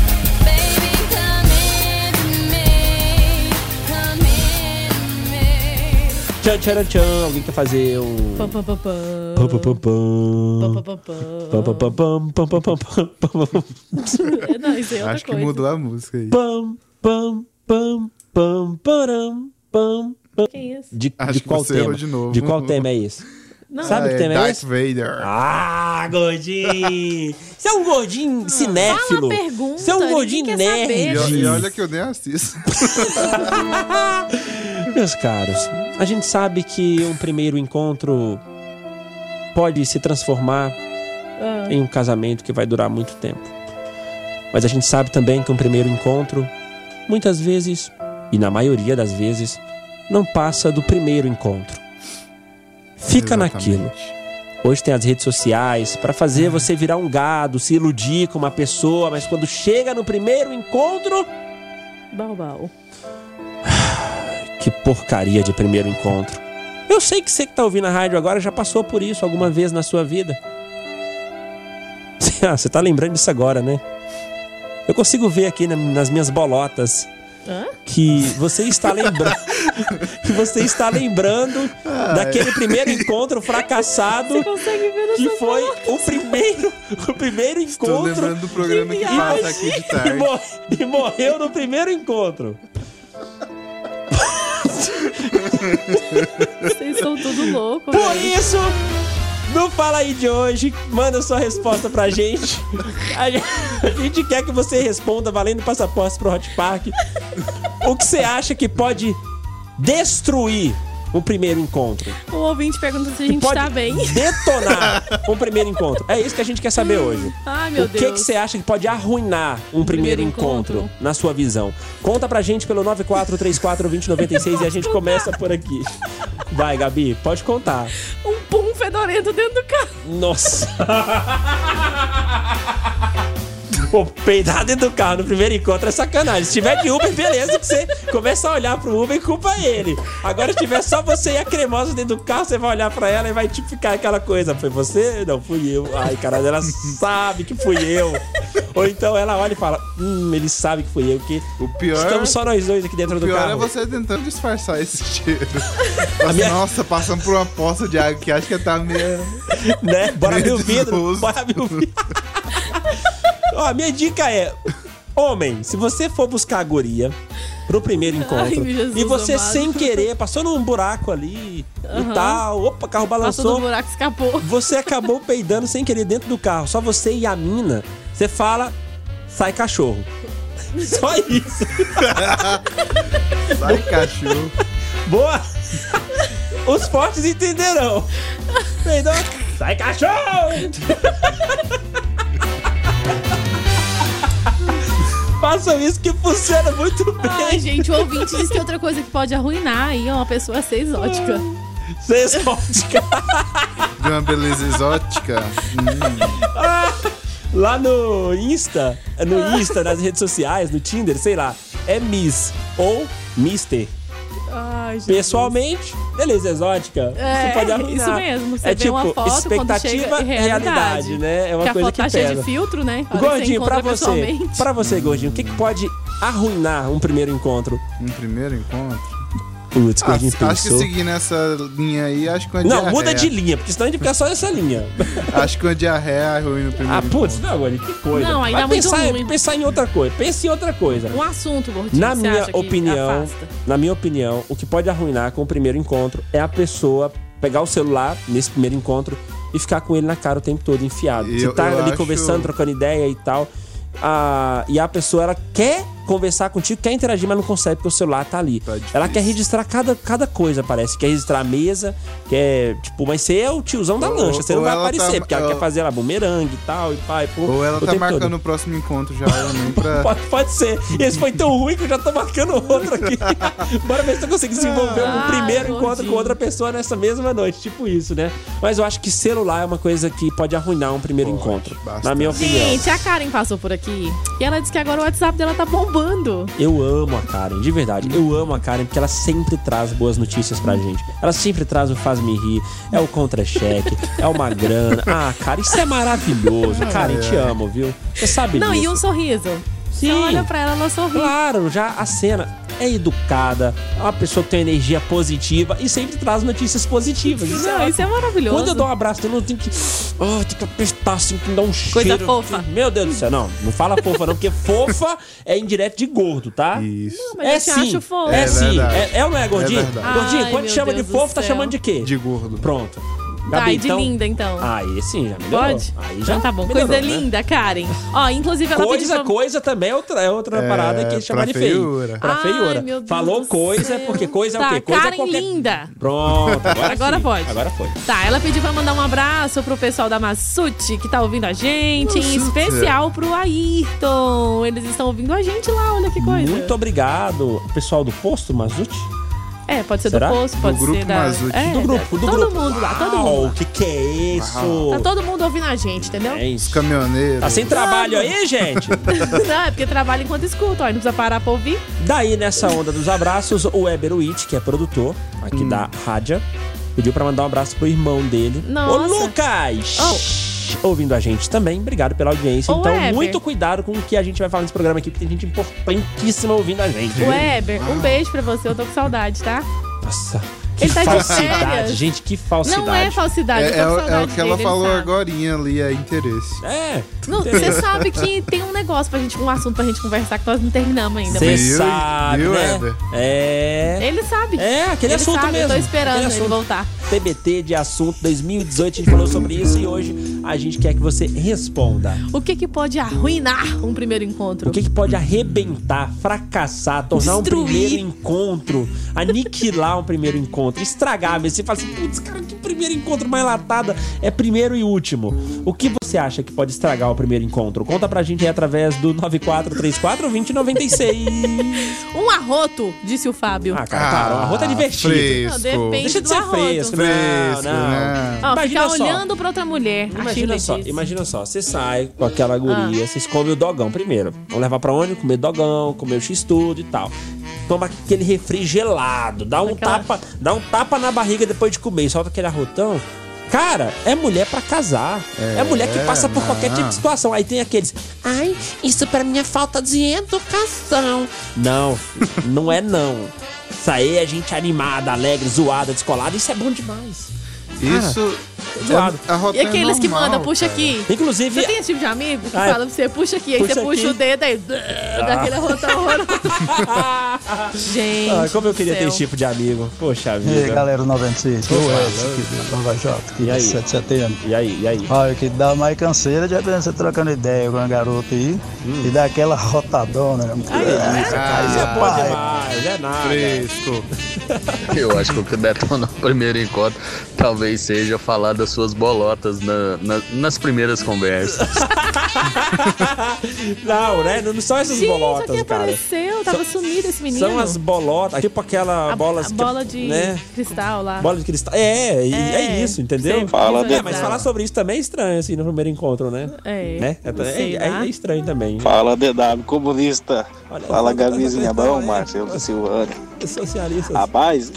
Speaker 6: Baby, come into me. Come into me.
Speaker 1: Tchan, tchan, tchan. Alguém quer fazer um.
Speaker 3: Pam, pam, pam, pam.
Speaker 1: Pam, pam, pam, pam.
Speaker 3: Pam, pam, pam,
Speaker 1: Pam,
Speaker 3: pam.
Speaker 1: pam, pam, pam, pam, pam, pam, pam, pam.
Speaker 3: Não, isso aí é outra
Speaker 2: Acho que
Speaker 3: coisa.
Speaker 2: mudou a música aí.
Speaker 1: Pam, pam, pam, pam, param, pam, pam.
Speaker 3: Que isso?
Speaker 1: De,
Speaker 2: Acho
Speaker 1: de
Speaker 2: que
Speaker 1: qual
Speaker 2: você
Speaker 1: tema?
Speaker 2: errou de novo.
Speaker 1: qual tema é isso?
Speaker 3: Não.
Speaker 1: Sabe que
Speaker 2: é
Speaker 1: tema é
Speaker 2: Darth
Speaker 1: esse?
Speaker 2: Vader.
Speaker 1: Ah, gordinho! Você é um gordinho cinéfilo.
Speaker 3: Fala a pergunta,
Speaker 1: Você é um
Speaker 3: ninguém
Speaker 1: gordinho
Speaker 3: quer
Speaker 1: nerd.
Speaker 2: E,
Speaker 3: saber.
Speaker 2: o- e olha que eu nem assisto.
Speaker 1: Meus caros, a gente sabe que um primeiro encontro pode se transformar
Speaker 3: Ah.
Speaker 1: em um casamento que vai durar muito tempo. Mas a gente sabe também que um primeiro encontro, muitas vezes, e na maioria das vezes, não passa do primeiro encontro. Fica
Speaker 2: Exatamente.
Speaker 1: naquilo. Hoje tem as redes sociais pra fazer você virar um gado, se iludir com uma pessoa, mas quando chega no primeiro encontro,
Speaker 3: Balbal.
Speaker 1: que porcaria de primeiro encontro. Eu sei que você que tá ouvindo a rádio agora já passou por isso alguma vez na sua vida. Ah, você tá lembrando disso agora, né? Eu consigo ver aqui na- nas minhas bolotas
Speaker 3: Hã?
Speaker 1: que você está lembrando que você está lembrando daquele primeiro encontro fracassado
Speaker 3: Você consegue ver no
Speaker 1: que
Speaker 3: seu
Speaker 1: foi o primeiro o primeiro
Speaker 2: Tô
Speaker 1: encontro
Speaker 2: lembrando do programa que
Speaker 1: viagem.
Speaker 2: passa aqui de
Speaker 1: e,
Speaker 2: tarde.
Speaker 1: mor- e morreu no primeiro encontro.
Speaker 3: Vocês são tudo louco, né?
Speaker 1: Por
Speaker 3: velho.
Speaker 1: isso, no Fala aí de hoje, manda sua resposta pra gente. A gente, a gente quer que você responda valendo passaporte pro Hot Park. O que você acha que pode destruir o primeiro encontro?
Speaker 3: O ouvinte pergunta se
Speaker 1: Que
Speaker 3: a gente
Speaker 1: pode
Speaker 3: tá bem.
Speaker 1: detonar o primeiro encontro. É isso que a gente quer saber hoje.
Speaker 3: Ai, Hum, meu
Speaker 1: o que que
Speaker 3: Deus.
Speaker 1: você acha que pode arruinar um primeiro,
Speaker 3: primeiro
Speaker 1: encontro,
Speaker 3: encontro.
Speaker 1: na sua visão? Conta pra gente pelo 94342096 e a gente começa por aqui. Vai, Gabi, pode contar.
Speaker 3: Um pum fedorento dentro do carro.
Speaker 1: Nossa! Pô, peidar dentro do carro no primeiro encontro é sacanagem. Se tiver de Uber, beleza, que você começa a olhar pro Uber e culpa ele. Agora, se tiver só você e a cremosa dentro do carro, você vai olhar pra ela e vai tipificar aquela coisa. Foi você? Não, fui eu. Ai, caralho, ela sabe que fui eu. Ou então ela olha e fala: Hum, ele sabe que fui eu, que
Speaker 2: O pior,
Speaker 1: estamos só nós dois aqui dentro
Speaker 2: o
Speaker 1: do
Speaker 2: pior é
Speaker 1: carro.
Speaker 2: você tentando disfarçar esse cheiro. Nossa,
Speaker 1: minha-
Speaker 2: nossa, passando por uma poça de água que acho que tá meio.
Speaker 1: né? Bora abrir o vidro.
Speaker 2: Desuso.
Speaker 1: Bora abrir o vidro. Ó, a minha dica é: homem, se você for buscar a guria pro primeiro encontro
Speaker 3: Ai, Jesus
Speaker 1: e você
Speaker 3: amado.
Speaker 1: sem querer passou num buraco ali e
Speaker 3: Aham.
Speaker 1: tal, opa, carro
Speaker 3: Passou
Speaker 1: balançou.
Speaker 3: do buraco, escapou.
Speaker 1: Você acabou peidando sem querer dentro do carro, só você e a mina. Você fala, sai cachorro. Só isso.
Speaker 2: Sai, cachorro.
Speaker 1: Boa! Os fortes entenderão. Peidou. Sai cachorro! Façam isso que funciona muito bem.
Speaker 3: Ai, gente, o ouvinte diz que outra coisa que pode arruinar aí é uma pessoa ser exótica.
Speaker 1: Vocês fortes, cara.
Speaker 2: De uma beleza exótica. Hum,
Speaker 1: Lá no Insta, no Insta, nas redes sociais, no Tinder, sei lá, é Miss ou Mister.
Speaker 3: Ai, gente.
Speaker 1: Pessoalmente, beleza, exótica.
Speaker 3: É,
Speaker 1: você pode arruinar.
Speaker 3: isso mesmo. Você
Speaker 1: é
Speaker 3: vê
Speaker 1: tipo,
Speaker 3: uma foto quando
Speaker 1: expectativa
Speaker 3: chega
Speaker 1: e
Speaker 3: e
Speaker 1: realidade,
Speaker 3: realidade,
Speaker 1: né? É uma
Speaker 3: Porque a
Speaker 1: coisa
Speaker 3: foto
Speaker 1: que
Speaker 3: tá cheia de
Speaker 1: pesa.
Speaker 3: filtro, né? A hora que você
Speaker 1: Gordinho, pra
Speaker 3: encontra
Speaker 1: você,
Speaker 3: pessoalmente.
Speaker 1: pra você, Gordinho, o que, que pode arruinar um primeiro encontro?
Speaker 2: um primeiro encontro.
Speaker 1: Putz,
Speaker 2: Ah,
Speaker 1: Gordinho
Speaker 2: acho que é,
Speaker 1: pensou.
Speaker 2: seguindo essa linha aí, acho que uma
Speaker 1: Não,
Speaker 2: diarreia.
Speaker 1: muda de linha, porque senão a gente fica só nessa linha.
Speaker 2: Acho que uma diarreia é ruim no primeiro
Speaker 1: Ah, putz,
Speaker 2: encontro.
Speaker 1: não, Gordinho, que coisa.
Speaker 3: Não, ainda
Speaker 1: Vai
Speaker 3: é muito
Speaker 1: pensar,
Speaker 3: ruim.
Speaker 1: pensar em outra coisa, pensa em outra coisa.
Speaker 3: Um assunto, gordinho.
Speaker 1: Na
Speaker 3: que você
Speaker 1: minha
Speaker 3: acha que
Speaker 1: opinião,
Speaker 3: afasta.
Speaker 1: na minha opinião, o que pode arruinar com o primeiro encontro é a pessoa pegar o celular nesse primeiro encontro e ficar com ele na cara o tempo todo enfiado.
Speaker 2: Eu-
Speaker 1: Você tá
Speaker 2: eu
Speaker 1: ali
Speaker 2: acho-
Speaker 1: conversando, trocando ideia e tal. a- e a pessoa ela quer conversar contigo, quer interagir, mas não consegue porque o celular tá ali.
Speaker 2: Tá difícil.
Speaker 1: ela quer registrar cada, cada coisa, parece. Quer registrar a mesa, quer. Tipo, mas você é o tiozão da
Speaker 2: Ou-
Speaker 1: lancha, você não
Speaker 2: ou
Speaker 1: vai
Speaker 2: ela tá-
Speaker 1: aparecer, porque ela
Speaker 2: ou-
Speaker 1: quer fazer lá bumerangue e tal, e pai, pô.
Speaker 2: Ou ela
Speaker 1: o
Speaker 2: tá
Speaker 1: tempo todo.
Speaker 2: marcando o próximo encontro já, ela nem pra.
Speaker 1: Pode, pode ser. Esse foi tão ruim que eu já tô marcando outro aqui. Bora ver se eu consigo desenvolver um
Speaker 3: Ah,
Speaker 1: primeiro
Speaker 3: gordinho.
Speaker 1: encontro com outra pessoa nessa mesma noite. Tipo isso, né? Mas eu acho que celular é uma coisa que pode arruinar um primeiro
Speaker 2: Pode,
Speaker 1: encontro. Na
Speaker 2: bastante.
Speaker 1: minha opinião.
Speaker 3: Gente, a Karen passou por aqui e ela disse que agora o WhatsApp dela tá bombando.
Speaker 1: Eu amo a Karen, de verdade. Eu amo a Karen porque ela sempre traz boas notícias pra gente. Ela sempre traz o faz-me rir, é o contra-cheque, é uma grana. Ah, cara, isso é maravilhoso. Karen, te amo, viu? Você sabe
Speaker 3: Não,
Speaker 1: disso.
Speaker 3: e um sorriso. Você
Speaker 1: Sim.
Speaker 3: olha pra ela, ela sorri.
Speaker 1: Claro, já a cena é educada, é uma pessoa que tem energia positiva e sempre traz notícias positivas. Isso é
Speaker 3: Não, isso é maravilhoso.
Speaker 1: quando eu dou um abraço, eu não tenho que. Oh, tem que apertar assim, que dá um cheiro.
Speaker 3: fofa.
Speaker 1: Meu Deus do céu, não. Não fala fofa, não, porque fofa é indireto de gordo, tá?
Speaker 2: Isso.
Speaker 3: Mas eu te acho fofo.
Speaker 1: É,
Speaker 2: É
Speaker 1: sim.
Speaker 2: verdade.
Speaker 1: É, é ou não é, gordinho?
Speaker 2: É verdade.
Speaker 1: gordinho,
Speaker 3: Ai,
Speaker 1: quando
Speaker 3: meu
Speaker 1: chama
Speaker 3: Deus
Speaker 1: de
Speaker 3: do
Speaker 1: fofo, tá
Speaker 3: céu.
Speaker 1: chamando de quê?
Speaker 2: De gordo.
Speaker 1: Pronto.
Speaker 3: Tá,
Speaker 1: Gabi,
Speaker 3: e de
Speaker 1: então-
Speaker 3: linda, então.
Speaker 1: Aí sim, já melhorou.
Speaker 3: Pode?
Speaker 1: Aí já
Speaker 3: Então tá bom.
Speaker 1: melhorou,
Speaker 3: Coisa
Speaker 1: né?
Speaker 3: linda, Karen. Ó, inclusive ela tá pediu
Speaker 1: Coisa,
Speaker 3: pra...
Speaker 1: coisa também é outra, é outra
Speaker 2: É,
Speaker 1: parada que chama
Speaker 2: pra
Speaker 1: de feio.
Speaker 2: feiura.
Speaker 1: Pra
Speaker 3: Ai,
Speaker 1: feiura.
Speaker 3: meu Deus
Speaker 1: Falou
Speaker 3: do
Speaker 1: coisa,
Speaker 3: céu.
Speaker 1: porque coisa é o
Speaker 3: tá,
Speaker 1: quê? Coisa
Speaker 3: Karen
Speaker 1: é qualquer...
Speaker 3: linda.
Speaker 1: Pronto, agora,
Speaker 3: Agora
Speaker 1: sim.
Speaker 3: pode.
Speaker 1: Agora foi.
Speaker 3: Tá, ela pediu pra mandar um abraço pro pessoal da Massuti que tá ouvindo a gente, em especial pro Ayrton. Eles estão ouvindo a gente lá, olha que coisa.
Speaker 1: Muito obrigado, pessoal do posto Mazuti.
Speaker 3: É, pode ser
Speaker 1: Será?
Speaker 3: do poço, pode
Speaker 2: grupo
Speaker 3: ser da.
Speaker 2: Mazuti.
Speaker 3: É,
Speaker 1: Do grupo, do
Speaker 3: todo
Speaker 1: grupo.
Speaker 3: mundo lá, todo
Speaker 1: Uau,
Speaker 3: mundo. lá.
Speaker 1: que que é isso?
Speaker 3: Tá todo mundo ouvindo a gente, entendeu?
Speaker 1: É isso.
Speaker 2: Caminhoneiro.
Speaker 1: Tá sem trabalho aí, gente?
Speaker 3: Não, é porque trabalha enquanto escuta, ó, e não precisa parar pra ouvir.
Speaker 1: Daí, nessa onda dos abraços, o Weber Witt, que é produtor
Speaker 3: Hum.
Speaker 1: aqui da Rádia, pediu pra mandar um abraço pro irmão dele,
Speaker 3: Nossa. Oh.
Speaker 1: o Lucas! Ouvindo a gente também, obrigado pela audiência.
Speaker 3: Ô,
Speaker 1: então,
Speaker 3: Weber.
Speaker 1: muito cuidado com o que a gente vai falar nesse programa aqui, porque tem gente importantíssima ouvindo a gente.
Speaker 3: Weber, um beijo pra você, eu tô com saudade, tá?
Speaker 1: Nossa, que
Speaker 3: Ele tá de
Speaker 1: falsidade,
Speaker 3: férias.
Speaker 1: gente, que falsidade.
Speaker 3: Não é falsidade,
Speaker 2: É,
Speaker 3: eu
Speaker 2: é
Speaker 3: tô com
Speaker 2: o-
Speaker 3: saudade
Speaker 2: é o que ela
Speaker 3: dele, ele
Speaker 2: falou
Speaker 3: sabe.
Speaker 2: agorinha ali, é interesse.
Speaker 1: É,
Speaker 3: Não, você sabe que tem um negócio pra gente, um assunto pra gente conversar que nós não terminamos ainda.
Speaker 1: Você
Speaker 2: Viu,
Speaker 1: sabe,
Speaker 2: viu,
Speaker 1: né?
Speaker 2: Weber?
Speaker 1: É.
Speaker 3: Ele sabe.
Speaker 1: É, aquele
Speaker 3: ele
Speaker 1: assunto
Speaker 3: sabe,
Speaker 1: mesmo.
Speaker 3: Eu tô esperando
Speaker 1: Aquele
Speaker 3: ele
Speaker 1: assunto.
Speaker 3: voltar.
Speaker 1: TBT de assunto 2018, a gente falou sobre isso e hoje a gente quer que você responda.
Speaker 3: O que que pode arruinar um primeiro encontro?
Speaker 1: O que, que pode arrebentar, fracassar, tornar um
Speaker 3: Destruir.
Speaker 1: primeiro encontro, aniquilar um primeiro encontro, estragar mesmo? Você fala assim, putz, cara, que primeiro encontro mais latada é primeiro e último. O que você acha que pode estragar o primeiro encontro? Conta pra gente aí através do 9434 2096.
Speaker 3: Um arroto, disse o Fábio.
Speaker 1: Ah, cara, cara, a rota é divertida.
Speaker 2: Fresco.
Speaker 3: Não, depende.
Speaker 1: Deixa de
Speaker 3: do
Speaker 1: ser
Speaker 3: arroto.
Speaker 1: fresco, não,
Speaker 2: Fresco,
Speaker 1: não.
Speaker 2: né?
Speaker 3: Ó,
Speaker 1: Imagina
Speaker 3: ficar
Speaker 1: só.
Speaker 3: olhando pra outra mulher. a
Speaker 1: Imagina Ah.
Speaker 3: Shirley
Speaker 1: só,
Speaker 3: disse.
Speaker 1: imagina só, você sai com aquela guria, você esconde o dogão primeiro. Vamos levar pra onde? Comer dogão, comer o x-tudo e tal. Toma aquele refri gelado, dá um,
Speaker 3: Aquela-
Speaker 1: tapa, dá um tapa na barriga depois de comer, solta aquele arrotão. Cara, é mulher pra casar. É, mulher que passa por qualquer tipo de situação. Aí tem aqueles, ai, isso pra mim é falta de educação. Não, não é não. Isso aí é gente animada, alegre, zoada, descolada. Isso é bom demais.
Speaker 2: Isso.
Speaker 1: Ah, zoado.
Speaker 2: é- a rota
Speaker 3: E aqueles
Speaker 2: é
Speaker 3: que
Speaker 2: normal,
Speaker 3: mandam, puxa
Speaker 2: cara.
Speaker 3: aqui.
Speaker 1: Inclusive,
Speaker 3: Você tem esse tipo de amigo que
Speaker 1: Ah,
Speaker 3: fala pra você, puxa aqui, Ah. aí
Speaker 1: puxa
Speaker 3: você puxa
Speaker 1: aqui.
Speaker 3: o dedo aí, dá aquele arrotão horroroso. Gente.
Speaker 1: Ah, como eu queria
Speaker 3: do
Speaker 1: ter esse
Speaker 3: céu.
Speaker 1: tipo de amigo. Poxa
Speaker 7: E aí,
Speaker 1: vida.
Speaker 7: É, galera do 96, que é o Nova J, que
Speaker 1: E aí?
Speaker 7: é 7 de setembro.
Speaker 1: E aí, e aí?
Speaker 7: Olha, que dá mais canseira é de repente você trocando ideia com uma garota aí e dá aquela rotadona. né?
Speaker 1: Ah, isso é bom
Speaker 7: pai.
Speaker 1: demais, é nada.
Speaker 2: Fresco.
Speaker 8: Eu acho que o que detona o primeiro encontro talvez seja falar das suas bolotas na- na- nas primeiras conversas.
Speaker 1: Não, né? Não são essas
Speaker 3: Gente,
Speaker 1: bolotas,
Speaker 3: aqui
Speaker 1: cara.
Speaker 3: apareceu, tava sumido esse menino.
Speaker 1: São as bolotas, tipo aquela
Speaker 3: a,
Speaker 1: bola,
Speaker 3: a bola de
Speaker 1: né?
Speaker 3: cristal lá.
Speaker 1: Bola de cristal. É, e- é,
Speaker 3: É.
Speaker 1: isso, entendeu?
Speaker 3: Você Fala
Speaker 1: é,
Speaker 3: precisa-
Speaker 1: mas falar sobre isso também é estranho, assim, no primeiro encontro, né?
Speaker 3: É.
Speaker 1: Né? É,
Speaker 3: Não
Speaker 1: é-
Speaker 3: sei
Speaker 1: é-
Speaker 3: lá.
Speaker 1: é estranho também.
Speaker 9: Fala DW, comunista.
Speaker 1: Olha,
Speaker 9: Fala
Speaker 1: eu tô-
Speaker 9: Gabizinha,
Speaker 1: eu tô-
Speaker 9: bom,
Speaker 1: é.
Speaker 9: Marcelo Ah, Silvânia.
Speaker 1: Socialistas.
Speaker 9: Rapaz,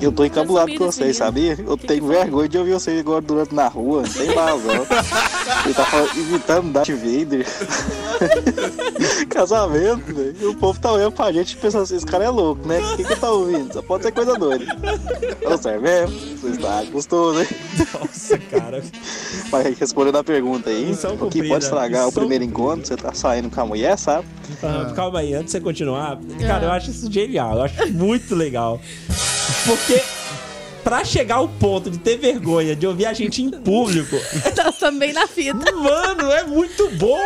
Speaker 9: eu tô encabulado
Speaker 3: sumido
Speaker 9: com
Speaker 3: esse
Speaker 9: vocês, sabia? Eu
Speaker 3: que
Speaker 9: tenho
Speaker 3: foi?
Speaker 9: vergonha de ouvir vocês agora durante na rua, não tem razão. Ele tá falando- imitando Darth Vader. Casamento, velho. E o povo tá olhando pra gente e pensando assim, esse cara é louco, né? O que que tá ouvindo? Só pode ser coisa doida. Não serve mesmo? Vocês tá gostoso, hein?
Speaker 1: Nossa, cara.
Speaker 9: Mas respondendo a pergunta aí,
Speaker 1: Missão
Speaker 9: o que
Speaker 1: cumprida.
Speaker 9: pode estragar o
Speaker 1: Missão
Speaker 9: primeiro encontro? Você tá saindo com a mulher, sabe?
Speaker 1: Ah, Calma aí, antes de você continuar, cara, eu acho isso genial, eu acho muito legal. Porque pra chegar ao ponto de ter vergonha de ouvir a gente em público,
Speaker 3: Tá também na fita.
Speaker 1: mano, é muito bom!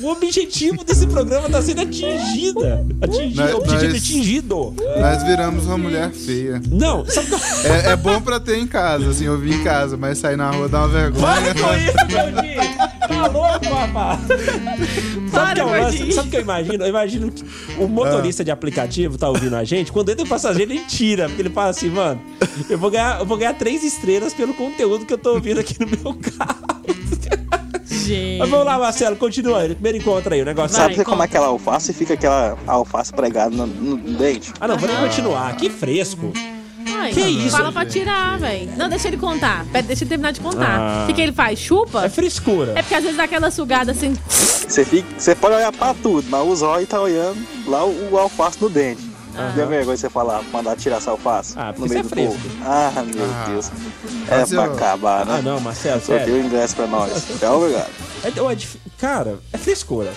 Speaker 1: O objetivo desse programa tá sendo atingida. Atingido,
Speaker 2: Nós-
Speaker 1: o objetivo
Speaker 2: nós-
Speaker 1: atingido.
Speaker 2: Nós viramos uma mulher feia.
Speaker 1: Não, sabe qual
Speaker 2: É, é bom pra ter em casa, assim, ouvir em casa, mas sair na rua dá uma
Speaker 1: Para com
Speaker 2: vergonha.
Speaker 1: isso, Gordinho! Tá louco, rapaz! Sabe o que,
Speaker 3: Para,
Speaker 1: é o lance?
Speaker 3: Gordinho.
Speaker 1: Sabe o que eu imagino? Eu imagino que o
Speaker 2: Ah.
Speaker 1: motorista de aplicativo tá ouvindo a gente, quando entra o passageiro, ele tira, porque ele fala assim, mano, eu vou ganhar, eu vou ganhar três estrelas pelo conteúdo que eu tô ouvindo aqui no meu carro. Mas
Speaker 3: Gente.
Speaker 1: vamos lá, Marcelo, continua aí. Primeiro encontro aí, o negócio.
Speaker 3: Vai.
Speaker 9: Sabe como
Speaker 3: conta.
Speaker 9: é aquela alface? Fica aquela alface pregada no, no dente?
Speaker 1: Ah, não, vamos continuar. Que fresco.
Speaker 3: Ai,
Speaker 1: Que isso,
Speaker 3: Fala pra tirar, velho. Não, deixa ele contar. Pera, deixa ele terminar de contar.
Speaker 1: Ah.
Speaker 3: O que, que ele faz? Chupa?
Speaker 1: É frescura.
Speaker 3: É porque às vezes dá aquela sugada assim.
Speaker 9: Você, fica, você pode olhar pra tudo, mas os olhos tá olhando lá o, o alface no dente. Não tem vergonha de você falar, mandar tirar essa alface
Speaker 1: Ah, porque
Speaker 9: no meio
Speaker 1: isso
Speaker 9: do
Speaker 1: é
Speaker 9: povo. Ah, meu
Speaker 2: Ah.
Speaker 9: Deus. É
Speaker 2: Mas
Speaker 9: pra
Speaker 2: eu-
Speaker 9: acabar,
Speaker 1: Ah, é.
Speaker 9: né?
Speaker 1: não, Marcelo,
Speaker 9: Sorteio
Speaker 1: sério.
Speaker 9: o ingresso pra nós. Tchau, obrigado.
Speaker 1: É- ou é dif- cara, é frescura.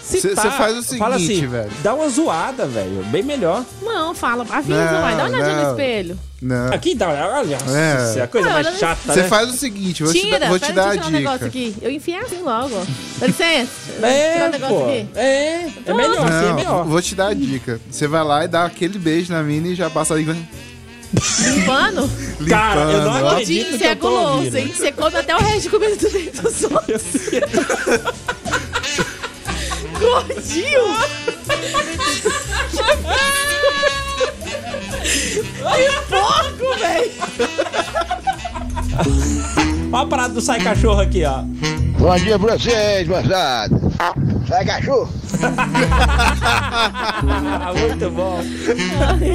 Speaker 1: Se
Speaker 2: Cê-
Speaker 1: tá,
Speaker 2: cê faz o
Speaker 1: fala
Speaker 2: seguinte,
Speaker 1: assim,
Speaker 2: velho.
Speaker 1: Dá uma zoada, velho. Bem melhor.
Speaker 3: Não, fala. Avisa,
Speaker 2: Não,
Speaker 3: vai. Dá uma olhadinha no
Speaker 2: não.
Speaker 3: espelho.
Speaker 2: Não.
Speaker 1: Aqui dá, olha, nossa,
Speaker 2: É.
Speaker 1: isso é a coisa
Speaker 3: Ah,
Speaker 1: mais
Speaker 3: olha,
Speaker 1: chata,
Speaker 2: Você
Speaker 1: né?
Speaker 2: faz o seguinte, vou te,
Speaker 3: Tira,
Speaker 2: dar- vou te
Speaker 3: pera,
Speaker 2: dar a
Speaker 3: deixa eu tirar um negócio
Speaker 2: dica.
Speaker 3: aqui. Eu enfiei assim logo. ó. Dá licença. Deixa eu tirar
Speaker 1: É,
Speaker 3: um negócio
Speaker 1: pô.
Speaker 3: aqui.
Speaker 1: É, é melhor, assim, é
Speaker 2: Não,
Speaker 1: melhor.
Speaker 2: vou te dar a dica. Você vai lá e dá aquele beijo na mina e já passa aí
Speaker 3: Limpando.
Speaker 2: Tá
Speaker 1: Cara, eu não
Speaker 2: limpando, ó.
Speaker 1: acredito.
Speaker 3: Gordinho,
Speaker 1: que
Speaker 3: você é
Speaker 1: eu tô ouvindo.
Speaker 3: guloso, hein? Você come até o resto de comida do dentro dos outros.
Speaker 1: Eu sei.
Speaker 3: Gordinho!
Speaker 1: a parada do Sai Cachorro aqui, ó.
Speaker 10: Bom dia pra vocês, moçada. Sai, cachorro.
Speaker 1: Muito bom.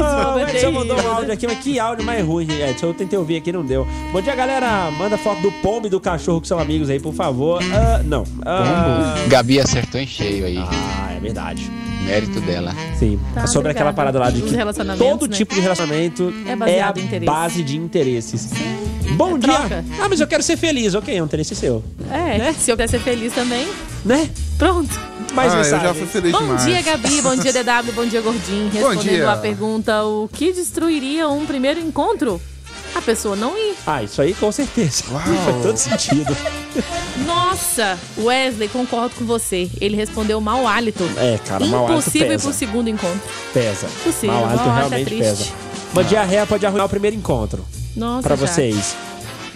Speaker 1: Ah, o Edson mandou um áudio aqui, mas que áudio mais ruim, Edson. Eu tentei ouvir aqui, não deu. Bom dia, galera. Manda foto do pombo e do cachorro que são amigos aí, por favor. Ah, não. Ah,
Speaker 11: Gabi acertou em cheio aí.
Speaker 1: ah, é verdade.
Speaker 11: Mérito dela.
Speaker 1: Sim. É
Speaker 3: Tá,
Speaker 1: Sobre
Speaker 3: obrigada.
Speaker 1: aquela parada lá de
Speaker 3: Os
Speaker 1: que
Speaker 3: relacionamentos,
Speaker 1: todo
Speaker 3: né?
Speaker 1: tipo de relacionamento
Speaker 3: É
Speaker 1: é,
Speaker 3: baseado
Speaker 1: a
Speaker 3: em interesse.
Speaker 1: base de interesses. Bom
Speaker 3: É
Speaker 1: dia.
Speaker 3: troca.
Speaker 1: Ah, mas eu quero ser feliz. Ok, é um interesse seu.
Speaker 3: É, se eu quiser ser feliz também,
Speaker 1: Né?
Speaker 3: pronto.
Speaker 1: Mas
Speaker 2: ah,
Speaker 1: não
Speaker 2: eu
Speaker 1: sabe.
Speaker 2: já fui feliz
Speaker 3: Bom
Speaker 2: demais.
Speaker 3: dia, Gabi. Bom dia, DW. Bom dia, Gordinho.
Speaker 2: Bom
Speaker 3: Respondendo
Speaker 2: dia.
Speaker 3: à pergunta, o que destruiria um primeiro encontro? A pessoa não ir.
Speaker 1: Ah, isso aí com certeza.
Speaker 2: Uau.
Speaker 1: Faz todo sentido.
Speaker 3: Nossa, Wesley, concordo com você. Ele respondeu mau hálito.
Speaker 1: É, cara, mau hálito
Speaker 3: Impossível ir
Speaker 1: pesa.
Speaker 3: pro segundo encontro.
Speaker 1: Pesa.
Speaker 3: Possível.
Speaker 1: Mau hálito
Speaker 3: Nossa,
Speaker 1: realmente
Speaker 3: é triste.
Speaker 1: pesa. Uma
Speaker 2: Ah.
Speaker 1: diarreia pode arruinar o primeiro encontro.
Speaker 3: Nossa,
Speaker 1: Pra
Speaker 3: já.
Speaker 1: vocês.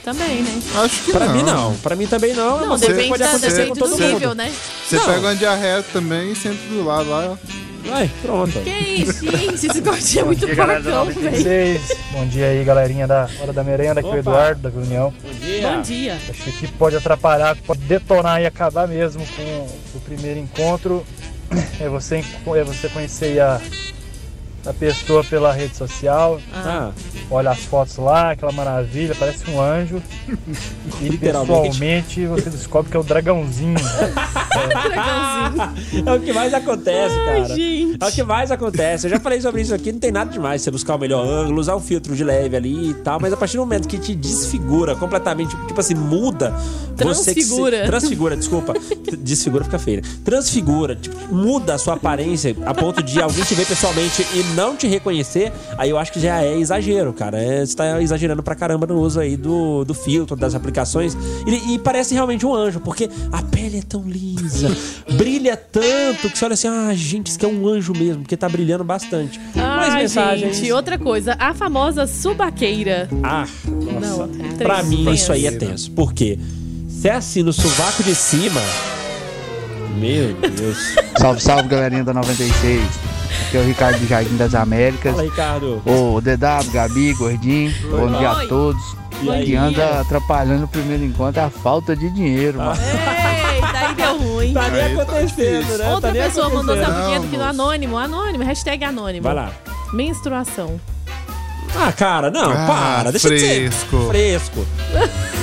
Speaker 3: Também, né? Então,
Speaker 2: Acho que
Speaker 1: Pra
Speaker 2: não.
Speaker 1: mim, não. Pra mim também não.
Speaker 3: Não,
Speaker 1: mas
Speaker 3: depende,
Speaker 1: pode
Speaker 3: da-
Speaker 1: acontecer
Speaker 3: depende
Speaker 1: com todo
Speaker 3: do
Speaker 1: mundo.
Speaker 3: nível, né?
Speaker 2: Você
Speaker 1: Não.
Speaker 2: pega uma diarreia também e senta do lado lá. ó.
Speaker 1: Ai, pronto.
Speaker 3: Que isso, gente? Esse gordinho é muito porcão, velho.
Speaker 7: Bom dia aí, galerinha da Hora da Merenda, aqui é
Speaker 1: Opa.
Speaker 7: o Eduardo, da Reunião.
Speaker 1: Bom dia.
Speaker 3: Bom dia.
Speaker 7: Acho que o que pode atrapalhar, que pode detonar e acabar mesmo com o primeiro encontro é você, enco- é você conhecer aí a, a pessoa pela rede social,
Speaker 1: Ah,
Speaker 7: olha as fotos lá, aquela maravilha, parece um anjo. E
Speaker 1: Literalmente.
Speaker 7: pessoalmente você descobre que é o dragãozinho.
Speaker 1: é o que mais acontece, cara.
Speaker 3: gente.
Speaker 1: É o que mais acontece. Eu já falei sobre isso aqui, não tem nada demais. Você buscar o melhor ângulo, usar um filtro de leve ali e tal, mas a partir do momento que te desfigura completamente, tipo, tipo assim, muda. Você que se-
Speaker 3: Transfigura.
Speaker 1: transfigura, desculpa. Desfigura fica feio. né? Transfigura, tipo, muda a sua aparência a ponto de alguém te ver pessoalmente e não te reconhecer, aí eu acho que já é exagero, cara. É, você tá exagerando pra caramba no uso aí do, do filtro, das aplicações. E, e parece realmente um anjo, porque a pele é tão lisa, brilha tanto que você olha assim, ah, gente, isso aqui é um anjo mesmo, porque tá brilhando bastante. Mais
Speaker 3: Ai,
Speaker 1: mensagens.
Speaker 3: gente, outra coisa. A famosa subaqueira.
Speaker 1: Ah, nossa.
Speaker 3: Não, é
Speaker 1: pra
Speaker 3: tenso.
Speaker 1: mim, isso aí é tenso. Por quê? Se é assim no sovaco de cima. Meu Deus.
Speaker 10: Salve, salve, galerinha da 96. Aqui é o Ricardo do Jardim das Américas.
Speaker 1: Fala, Ricardo.
Speaker 10: Ô, DW, Gabi, Gordinho, bom dia
Speaker 3: Oi.
Speaker 10: a todos.
Speaker 1: E
Speaker 10: O que
Speaker 1: aí?
Speaker 10: anda atrapalhando o primeiro encontro é a falta de dinheiro, mano.
Speaker 3: Eita, aí deu ruim.
Speaker 1: Tá nem
Speaker 2: Aí tá
Speaker 1: acontecendo,
Speaker 2: difícil.
Speaker 1: né?
Speaker 3: Outra
Speaker 1: tá nem
Speaker 3: pessoa mandou
Speaker 1: acontecendo.
Speaker 3: sabe o que é do que no
Speaker 2: Vamos.
Speaker 3: anônimo, anônimo, hashtag anônimo.
Speaker 1: Vai lá.
Speaker 3: Menstruação.
Speaker 1: Ah, cara, não,
Speaker 2: Ah,
Speaker 1: para. Deixa de ser
Speaker 2: fresco.
Speaker 1: fresco.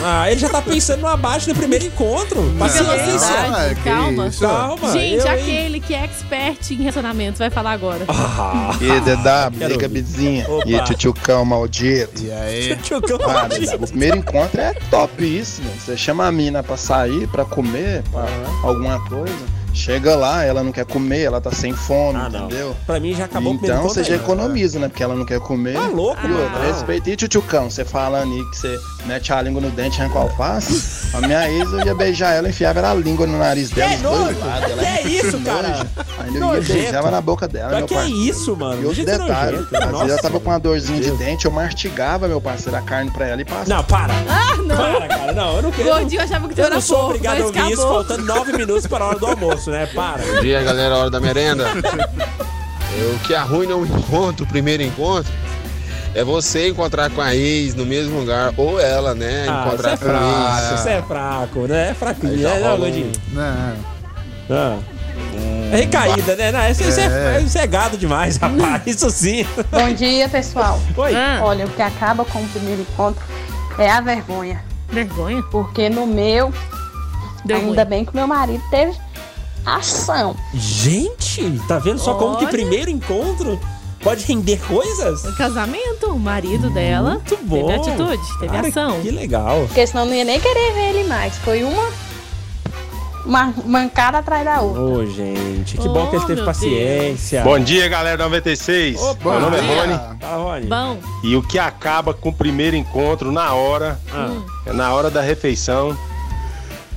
Speaker 1: Ah, ele já tá pensando no abaixo do primeiro encontro. Paciência.
Speaker 3: velocidade,
Speaker 2: Ah, que
Speaker 3: calma.
Speaker 2: isso.
Speaker 1: Calma.
Speaker 3: Gente,
Speaker 1: eu, hein?
Speaker 3: aquele que é expert em relacionamento vai falar agora.
Speaker 1: Ah,
Speaker 11: E aí, DW, e
Speaker 1: Quero
Speaker 11: aí, Gabizinha.
Speaker 1: Opa.
Speaker 11: E aí, tchutchucão maldito.
Speaker 2: E aí?
Speaker 1: Tchucão,
Speaker 11: Ah, DW, o primeiro encontro é topíssimo. Você chama a mina pra sair, pra comer, pra alguma coisa. Chega lá, ela não quer comer, ela tá sem fome,
Speaker 1: Ah, não.
Speaker 11: entendeu?
Speaker 1: Pra mim já acabou o primeiro
Speaker 11: então você
Speaker 1: encontro.
Speaker 11: já
Speaker 1: aí.
Speaker 11: economiza, né? Porque ela não quer comer.
Speaker 1: Tá louco,
Speaker 11: E outra,
Speaker 1: mano.
Speaker 11: respeita. E tchutchucão, você falando aí que você mete a língua no dente e arranca o alface. A minha ex, eu ia beijar ela, enfiava ela a língua no nariz dela.
Speaker 1: Que
Speaker 11: os dois
Speaker 1: nojo.
Speaker 11: lados, ela
Speaker 1: Que é isso,
Speaker 11: nojo.
Speaker 1: cara?
Speaker 11: Ainda eu ia
Speaker 1: Nojento.
Speaker 11: beijava na boca dela,
Speaker 1: Mas
Speaker 11: meu
Speaker 1: que é
Speaker 11: pai.
Speaker 1: isso, mano?
Speaker 11: E outro
Speaker 1: Gente
Speaker 11: detalhe,
Speaker 1: nojenta.
Speaker 11: às vezes ela
Speaker 1: Nossa.
Speaker 11: tava com uma dorzinha de dente, eu mastigava, meu parceiro, a carne pra ela e passava.
Speaker 1: Não, para. Ah, não. Para, cara. Não, eu não quero.
Speaker 3: Gordinho achava que tu
Speaker 1: Eu
Speaker 3: era
Speaker 1: não sou
Speaker 3: pouco,
Speaker 1: obrigado a
Speaker 3: mas
Speaker 1: ouvir isso
Speaker 3: acabou.
Speaker 1: faltando nove minutos para a hora do almoço, né? Para.
Speaker 12: Bom dia, galera, hora da merenda. É, O que arruina um encontro, o primeiro encontro, é você encontrar com a ex no mesmo lugar, ou ela, né?
Speaker 1: Ah, isso
Speaker 12: encontrar
Speaker 1: é
Speaker 12: com a ex.
Speaker 1: fraco. Isso é fraco, né? É fraquinho,
Speaker 12: Aí já
Speaker 1: né,
Speaker 12: rola
Speaker 1: não,
Speaker 12: um-
Speaker 1: Gordinho?
Speaker 2: Não.
Speaker 1: Ah. É recaída, né? Não, isso, isso é,
Speaker 2: É.
Speaker 1: isso é gado demais, rapaz. Isso sim.
Speaker 13: Bom dia, pessoal.
Speaker 1: Oi.
Speaker 3: Ah,
Speaker 13: Olha, o que acaba com o primeiro encontro é a vergonha.
Speaker 3: vergonha.
Speaker 13: Porque no meu,
Speaker 3: Deu
Speaker 13: ainda
Speaker 3: ruim.
Speaker 13: bem que meu marido teve ação.
Speaker 1: Gente, tá vendo só como que
Speaker 3: Olha.
Speaker 1: primeiro encontro pode render coisas?
Speaker 3: No casamento, o marido dela
Speaker 1: Muito bom.
Speaker 3: teve atitude, teve
Speaker 1: Cara,
Speaker 3: ação.
Speaker 1: Que legal.
Speaker 13: Porque senão eu não ia nem querer ver ele mais. Foi uma, uma mancada atrás da outra.
Speaker 1: Ô, gente, que bom que ele
Speaker 3: Oh,
Speaker 1: teve
Speaker 3: meu
Speaker 1: paciência.
Speaker 14: Bom dia, galera da 96.
Speaker 1: Opa.
Speaker 14: Meu nome é
Speaker 1: Bom dia.
Speaker 14: Rony.
Speaker 1: Fala, Rony.
Speaker 3: Bom,
Speaker 14: E o que acaba com o primeiro encontro na hora,
Speaker 1: Ah,
Speaker 14: é na hora da refeição.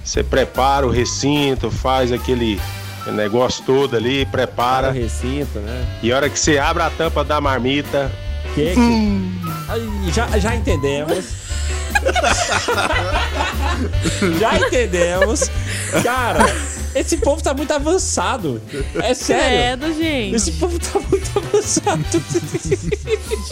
Speaker 14: Você prepara o recinto, faz aquele negócio todo ali,
Speaker 1: para o
Speaker 14: prepara.
Speaker 1: recinto, né?
Speaker 14: E a hora que você abre a tampa da marmita,
Speaker 1: Que que- Ai, Já, já entendemos. já entendemos. Cara, esse povo tá muito avançado. É sério.
Speaker 3: credo, gente.
Speaker 1: Esse povo tá muito Exato.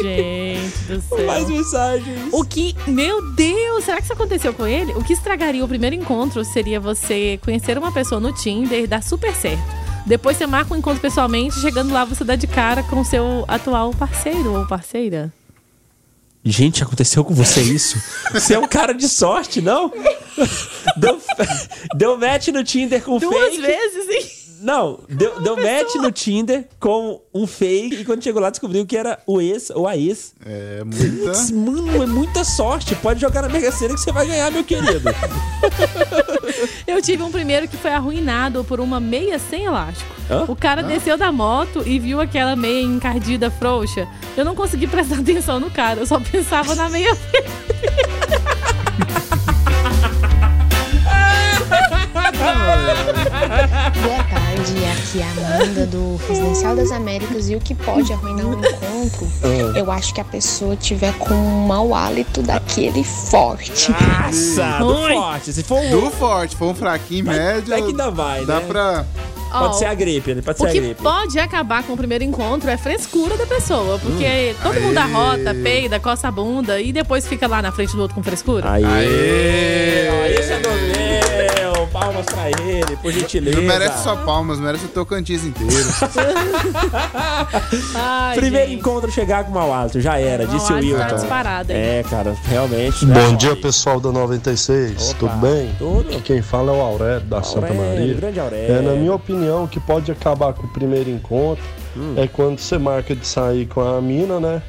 Speaker 3: Gente do céu.
Speaker 1: Mais mensagens.
Speaker 3: O que. Meu Deus, será que isso aconteceu com ele? O que estragaria o primeiro encontro seria você conhecer uma pessoa no Tinder e dar super certo. Depois você marca um encontro pessoalmente, chegando lá você dá de cara com seu atual parceiro ou parceira.
Speaker 1: Gente, aconteceu com você isso? Você é um cara de sorte, não? Deu, deu match no Tinder com um
Speaker 3: Duas
Speaker 1: fake.
Speaker 3: vezes, hein?
Speaker 1: Não, deu, deu match no Tinder com um fake e quando chegou lá descobriu que era o ex ou a ex.
Speaker 2: É,
Speaker 1: Putz, mano, é muita sorte. Pode jogar na Mega Sena que você vai ganhar, meu querido.
Speaker 3: Eu tive um primeiro que foi arruinado por uma meia sem elástico.
Speaker 1: Hã?
Speaker 3: O cara
Speaker 1: Hã?
Speaker 3: desceu da moto e viu aquela meia encardida frouxa. Eu não consegui prestar atenção no cara, eu só pensava na meia.
Speaker 15: Boa tarde, aqui é a Amanda do Residencial das Américas e o que pode arruinar um encontro,
Speaker 16: Ah.
Speaker 15: eu acho que a pessoa tiver com um mau hálito daquele forte.
Speaker 1: Nossa, do forte. Se for um...
Speaker 2: Do forte, for um fraquinho, médio. É que
Speaker 1: dá vai,
Speaker 2: Dá
Speaker 1: né?
Speaker 2: pra.
Speaker 3: Ó,
Speaker 1: Pode ser a gripe, ele pode
Speaker 3: O
Speaker 1: ser a
Speaker 3: que
Speaker 1: gripe.
Speaker 3: pode acabar com o primeiro encontro é a frescura da pessoa, porque todo mundo
Speaker 1: Hum. Aê.
Speaker 3: arrota, peida, coça a bunda e depois fica lá na frente do outro com frescura.
Speaker 1: Aê! Ó, Esse é do meu! Palmas pra ele, por gentileza.
Speaker 2: Não merece só palmas, merece o Tocantins inteiro.
Speaker 3: Ai,
Speaker 1: Primeiro
Speaker 3: gente.
Speaker 1: encontro chegar com o mau hálito, já era,
Speaker 3: Mau
Speaker 1: disse o
Speaker 3: hálito tá
Speaker 1: Wilton.
Speaker 3: disparado, hein?
Speaker 1: É, cara, realmente. né?
Speaker 17: Bom dia, pessoal da 96. tudo bem?
Speaker 1: Tudo.
Speaker 17: Aqui quem fala é o Aurélio da Santa Maria.
Speaker 1: grande Aurélio.
Speaker 17: É, na minha opinião, o que pode acabar com o primeiro encontro
Speaker 1: Hum.
Speaker 17: é quando você marca de sair com a mina, né?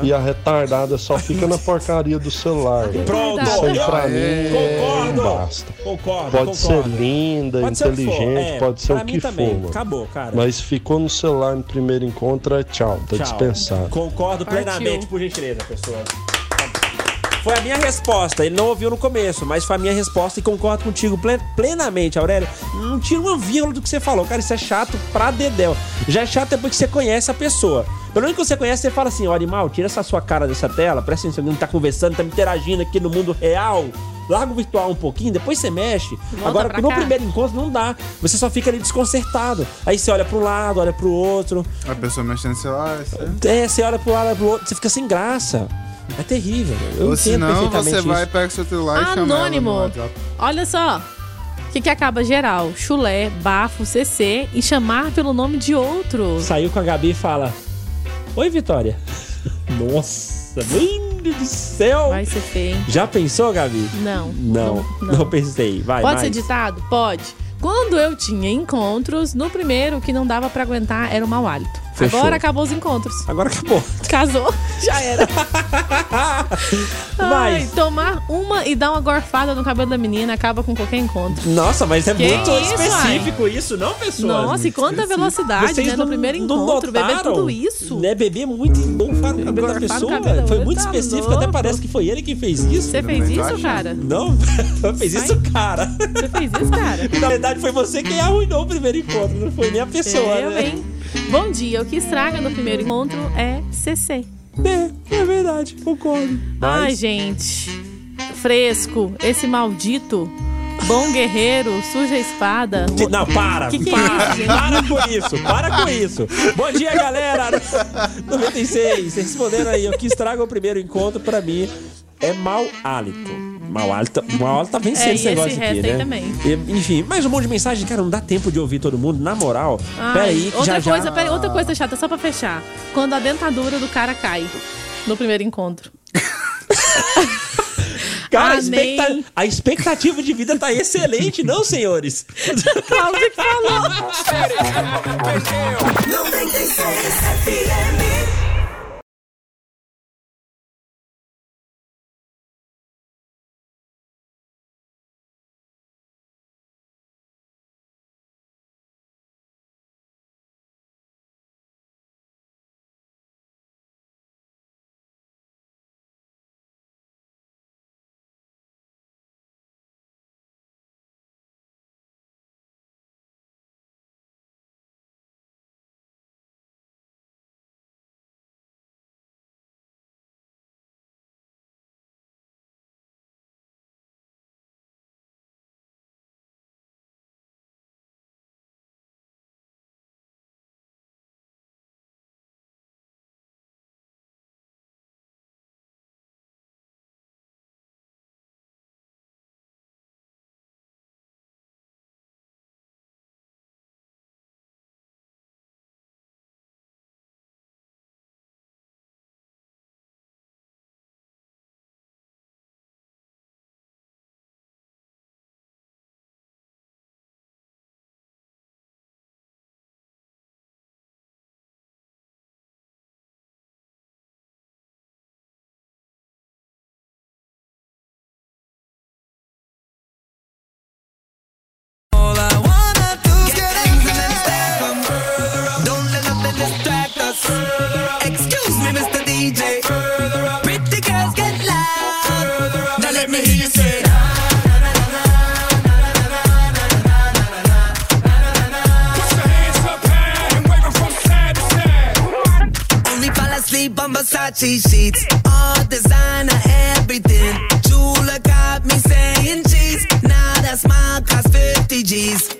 Speaker 17: E a retardada só fica na porcaria do celular. velho.
Speaker 1: Pronto,
Speaker 17: Isso aí pra
Speaker 1: Aurélio.
Speaker 17: mim
Speaker 1: Concordo.
Speaker 17: não basta.
Speaker 1: Concordo,
Speaker 17: Pode ser
Speaker 1: concordo.
Speaker 17: linda,
Speaker 1: Pode ser o que for,
Speaker 17: inteligente,
Speaker 1: é,
Speaker 17: pode ser
Speaker 1: pra
Speaker 17: o
Speaker 1: mim
Speaker 17: que
Speaker 1: também.
Speaker 17: for. mano.
Speaker 1: Acabou, cara.
Speaker 17: Mas ficou no celular no primeiro encontro, é tchau, tá
Speaker 1: Tchau.
Speaker 17: dispensado.
Speaker 1: Concordo
Speaker 17: Partiu.
Speaker 1: plenamente, por gentileza, pessoa. Foi a minha resposta. Ele não ouviu no começo, mas foi a minha resposta e concordo contigo ple- plenamente, Aurélio. Não tira uma vírgula do que você falou. Cara, isso é chato pra dedéu. Já é chato depois que você conhece a pessoa. Pelo menos que você conhece, você fala assim, ó, animal, tira essa sua cara dessa tela. Presta atenção, não tá conversando, tá interagindo aqui no mundo real. Larga o virtual um pouquinho, depois você mexe.
Speaker 18: Volta
Speaker 1: Agora,
Speaker 18: pra
Speaker 1: no
Speaker 18: cá.
Speaker 1: primeiro encontro, não dá. Você só fica ali desconcertado. Aí você olha pro lado, olha pro outro.
Speaker 2: A pessoa mexendo no celular. isso é-
Speaker 1: É, você olha pro lado, olha pro outro, você fica sem graça. É terrível. Eu
Speaker 2: Ou
Speaker 1: entendo
Speaker 2: senão
Speaker 1: perfeitamente
Speaker 2: você vai,
Speaker 1: isso.
Speaker 2: pega seu celular e chama ela no
Speaker 3: Anônimo.
Speaker 2: WhatsApp.
Speaker 3: Olha só. O que, que acaba geral? Chulé, bafo, CC e chamar pelo nome de outro.
Speaker 1: Saiu com a Gabi e fala: Oi, Vitória. Nossa, lindo do céu.
Speaker 3: Vai ser feio, hein?
Speaker 1: Já pensou, Gabi?
Speaker 3: Não.
Speaker 1: Não, não, pensei. Vai,
Speaker 3: Pode
Speaker 1: mais.
Speaker 3: ser ditado? Pode. Quando eu tinha encontros, no primeiro o que não dava pra aguentar era o mau hálito.
Speaker 1: Fechou.
Speaker 3: Agora acabou os encontros.
Speaker 1: Agora acabou.
Speaker 3: Casou, já era. Ai,
Speaker 1: Mas-
Speaker 3: tomar uma e dar uma gorfada no cabelo da menina acaba com qualquer encontro.
Speaker 1: Nossa, mas é
Speaker 3: Que
Speaker 1: muito
Speaker 3: isso,
Speaker 1: específico isso, não, pessoal?
Speaker 3: Nossa, e quanta velocidade, né, no primeiro encontro, beber tudo
Speaker 1: isso. Né, beber muito e golfar o cabelo da pessoa. foi muito específico, até parece que foi ele que fez isso.
Speaker 3: tá Você fez isso, cara?
Speaker 1: Não, fez isso, cara. Você
Speaker 3: fez isso, cara.
Speaker 1: Na verdade, foi você quem arruinou o primeiro encontro, não foi nem a pessoa,
Speaker 3: Eu,
Speaker 1: né?
Speaker 3: hein? Bom dia, o que estraga no primeiro encontro é CC.
Speaker 1: É, é verdade, concordo.
Speaker 3: Ai,
Speaker 1: Mas-
Speaker 3: gente. Fresco, esse maldito. Bom guerreiro, suja a espada.
Speaker 1: Que- Não, para,
Speaker 3: Que que é
Speaker 1: para,
Speaker 3: isso, gente?
Speaker 1: para com isso, para com isso. Bom dia, galera. 96, respondendo aí, o que estraga o primeiro encontro pra mim é mau hálito. Mau hálito, mau hálito tá vencendo
Speaker 3: É, e
Speaker 1: esse negócio
Speaker 3: esse
Speaker 1: aqui,
Speaker 3: resto aí
Speaker 1: né?
Speaker 3: também.
Speaker 1: E, enfim, mais um monte de mensagem, cara, não dá tempo de ouvir todo mundo, na moral.
Speaker 3: Ai,
Speaker 1: peraí, que
Speaker 3: outra
Speaker 1: já, já...
Speaker 3: coisa, peraí, outra coisa chata, só pra fechar. Quando a dentadura do cara cai no primeiro encontro.
Speaker 1: Cara, a,
Speaker 3: Ah, nem-
Speaker 1: expecta- a expectativa de vida tá excelente, não, senhores?
Speaker 3: Calma que falou.
Speaker 16: Versace sheets, all designer everything. Jula got me saying cheese. Now that smile costs 50 G's.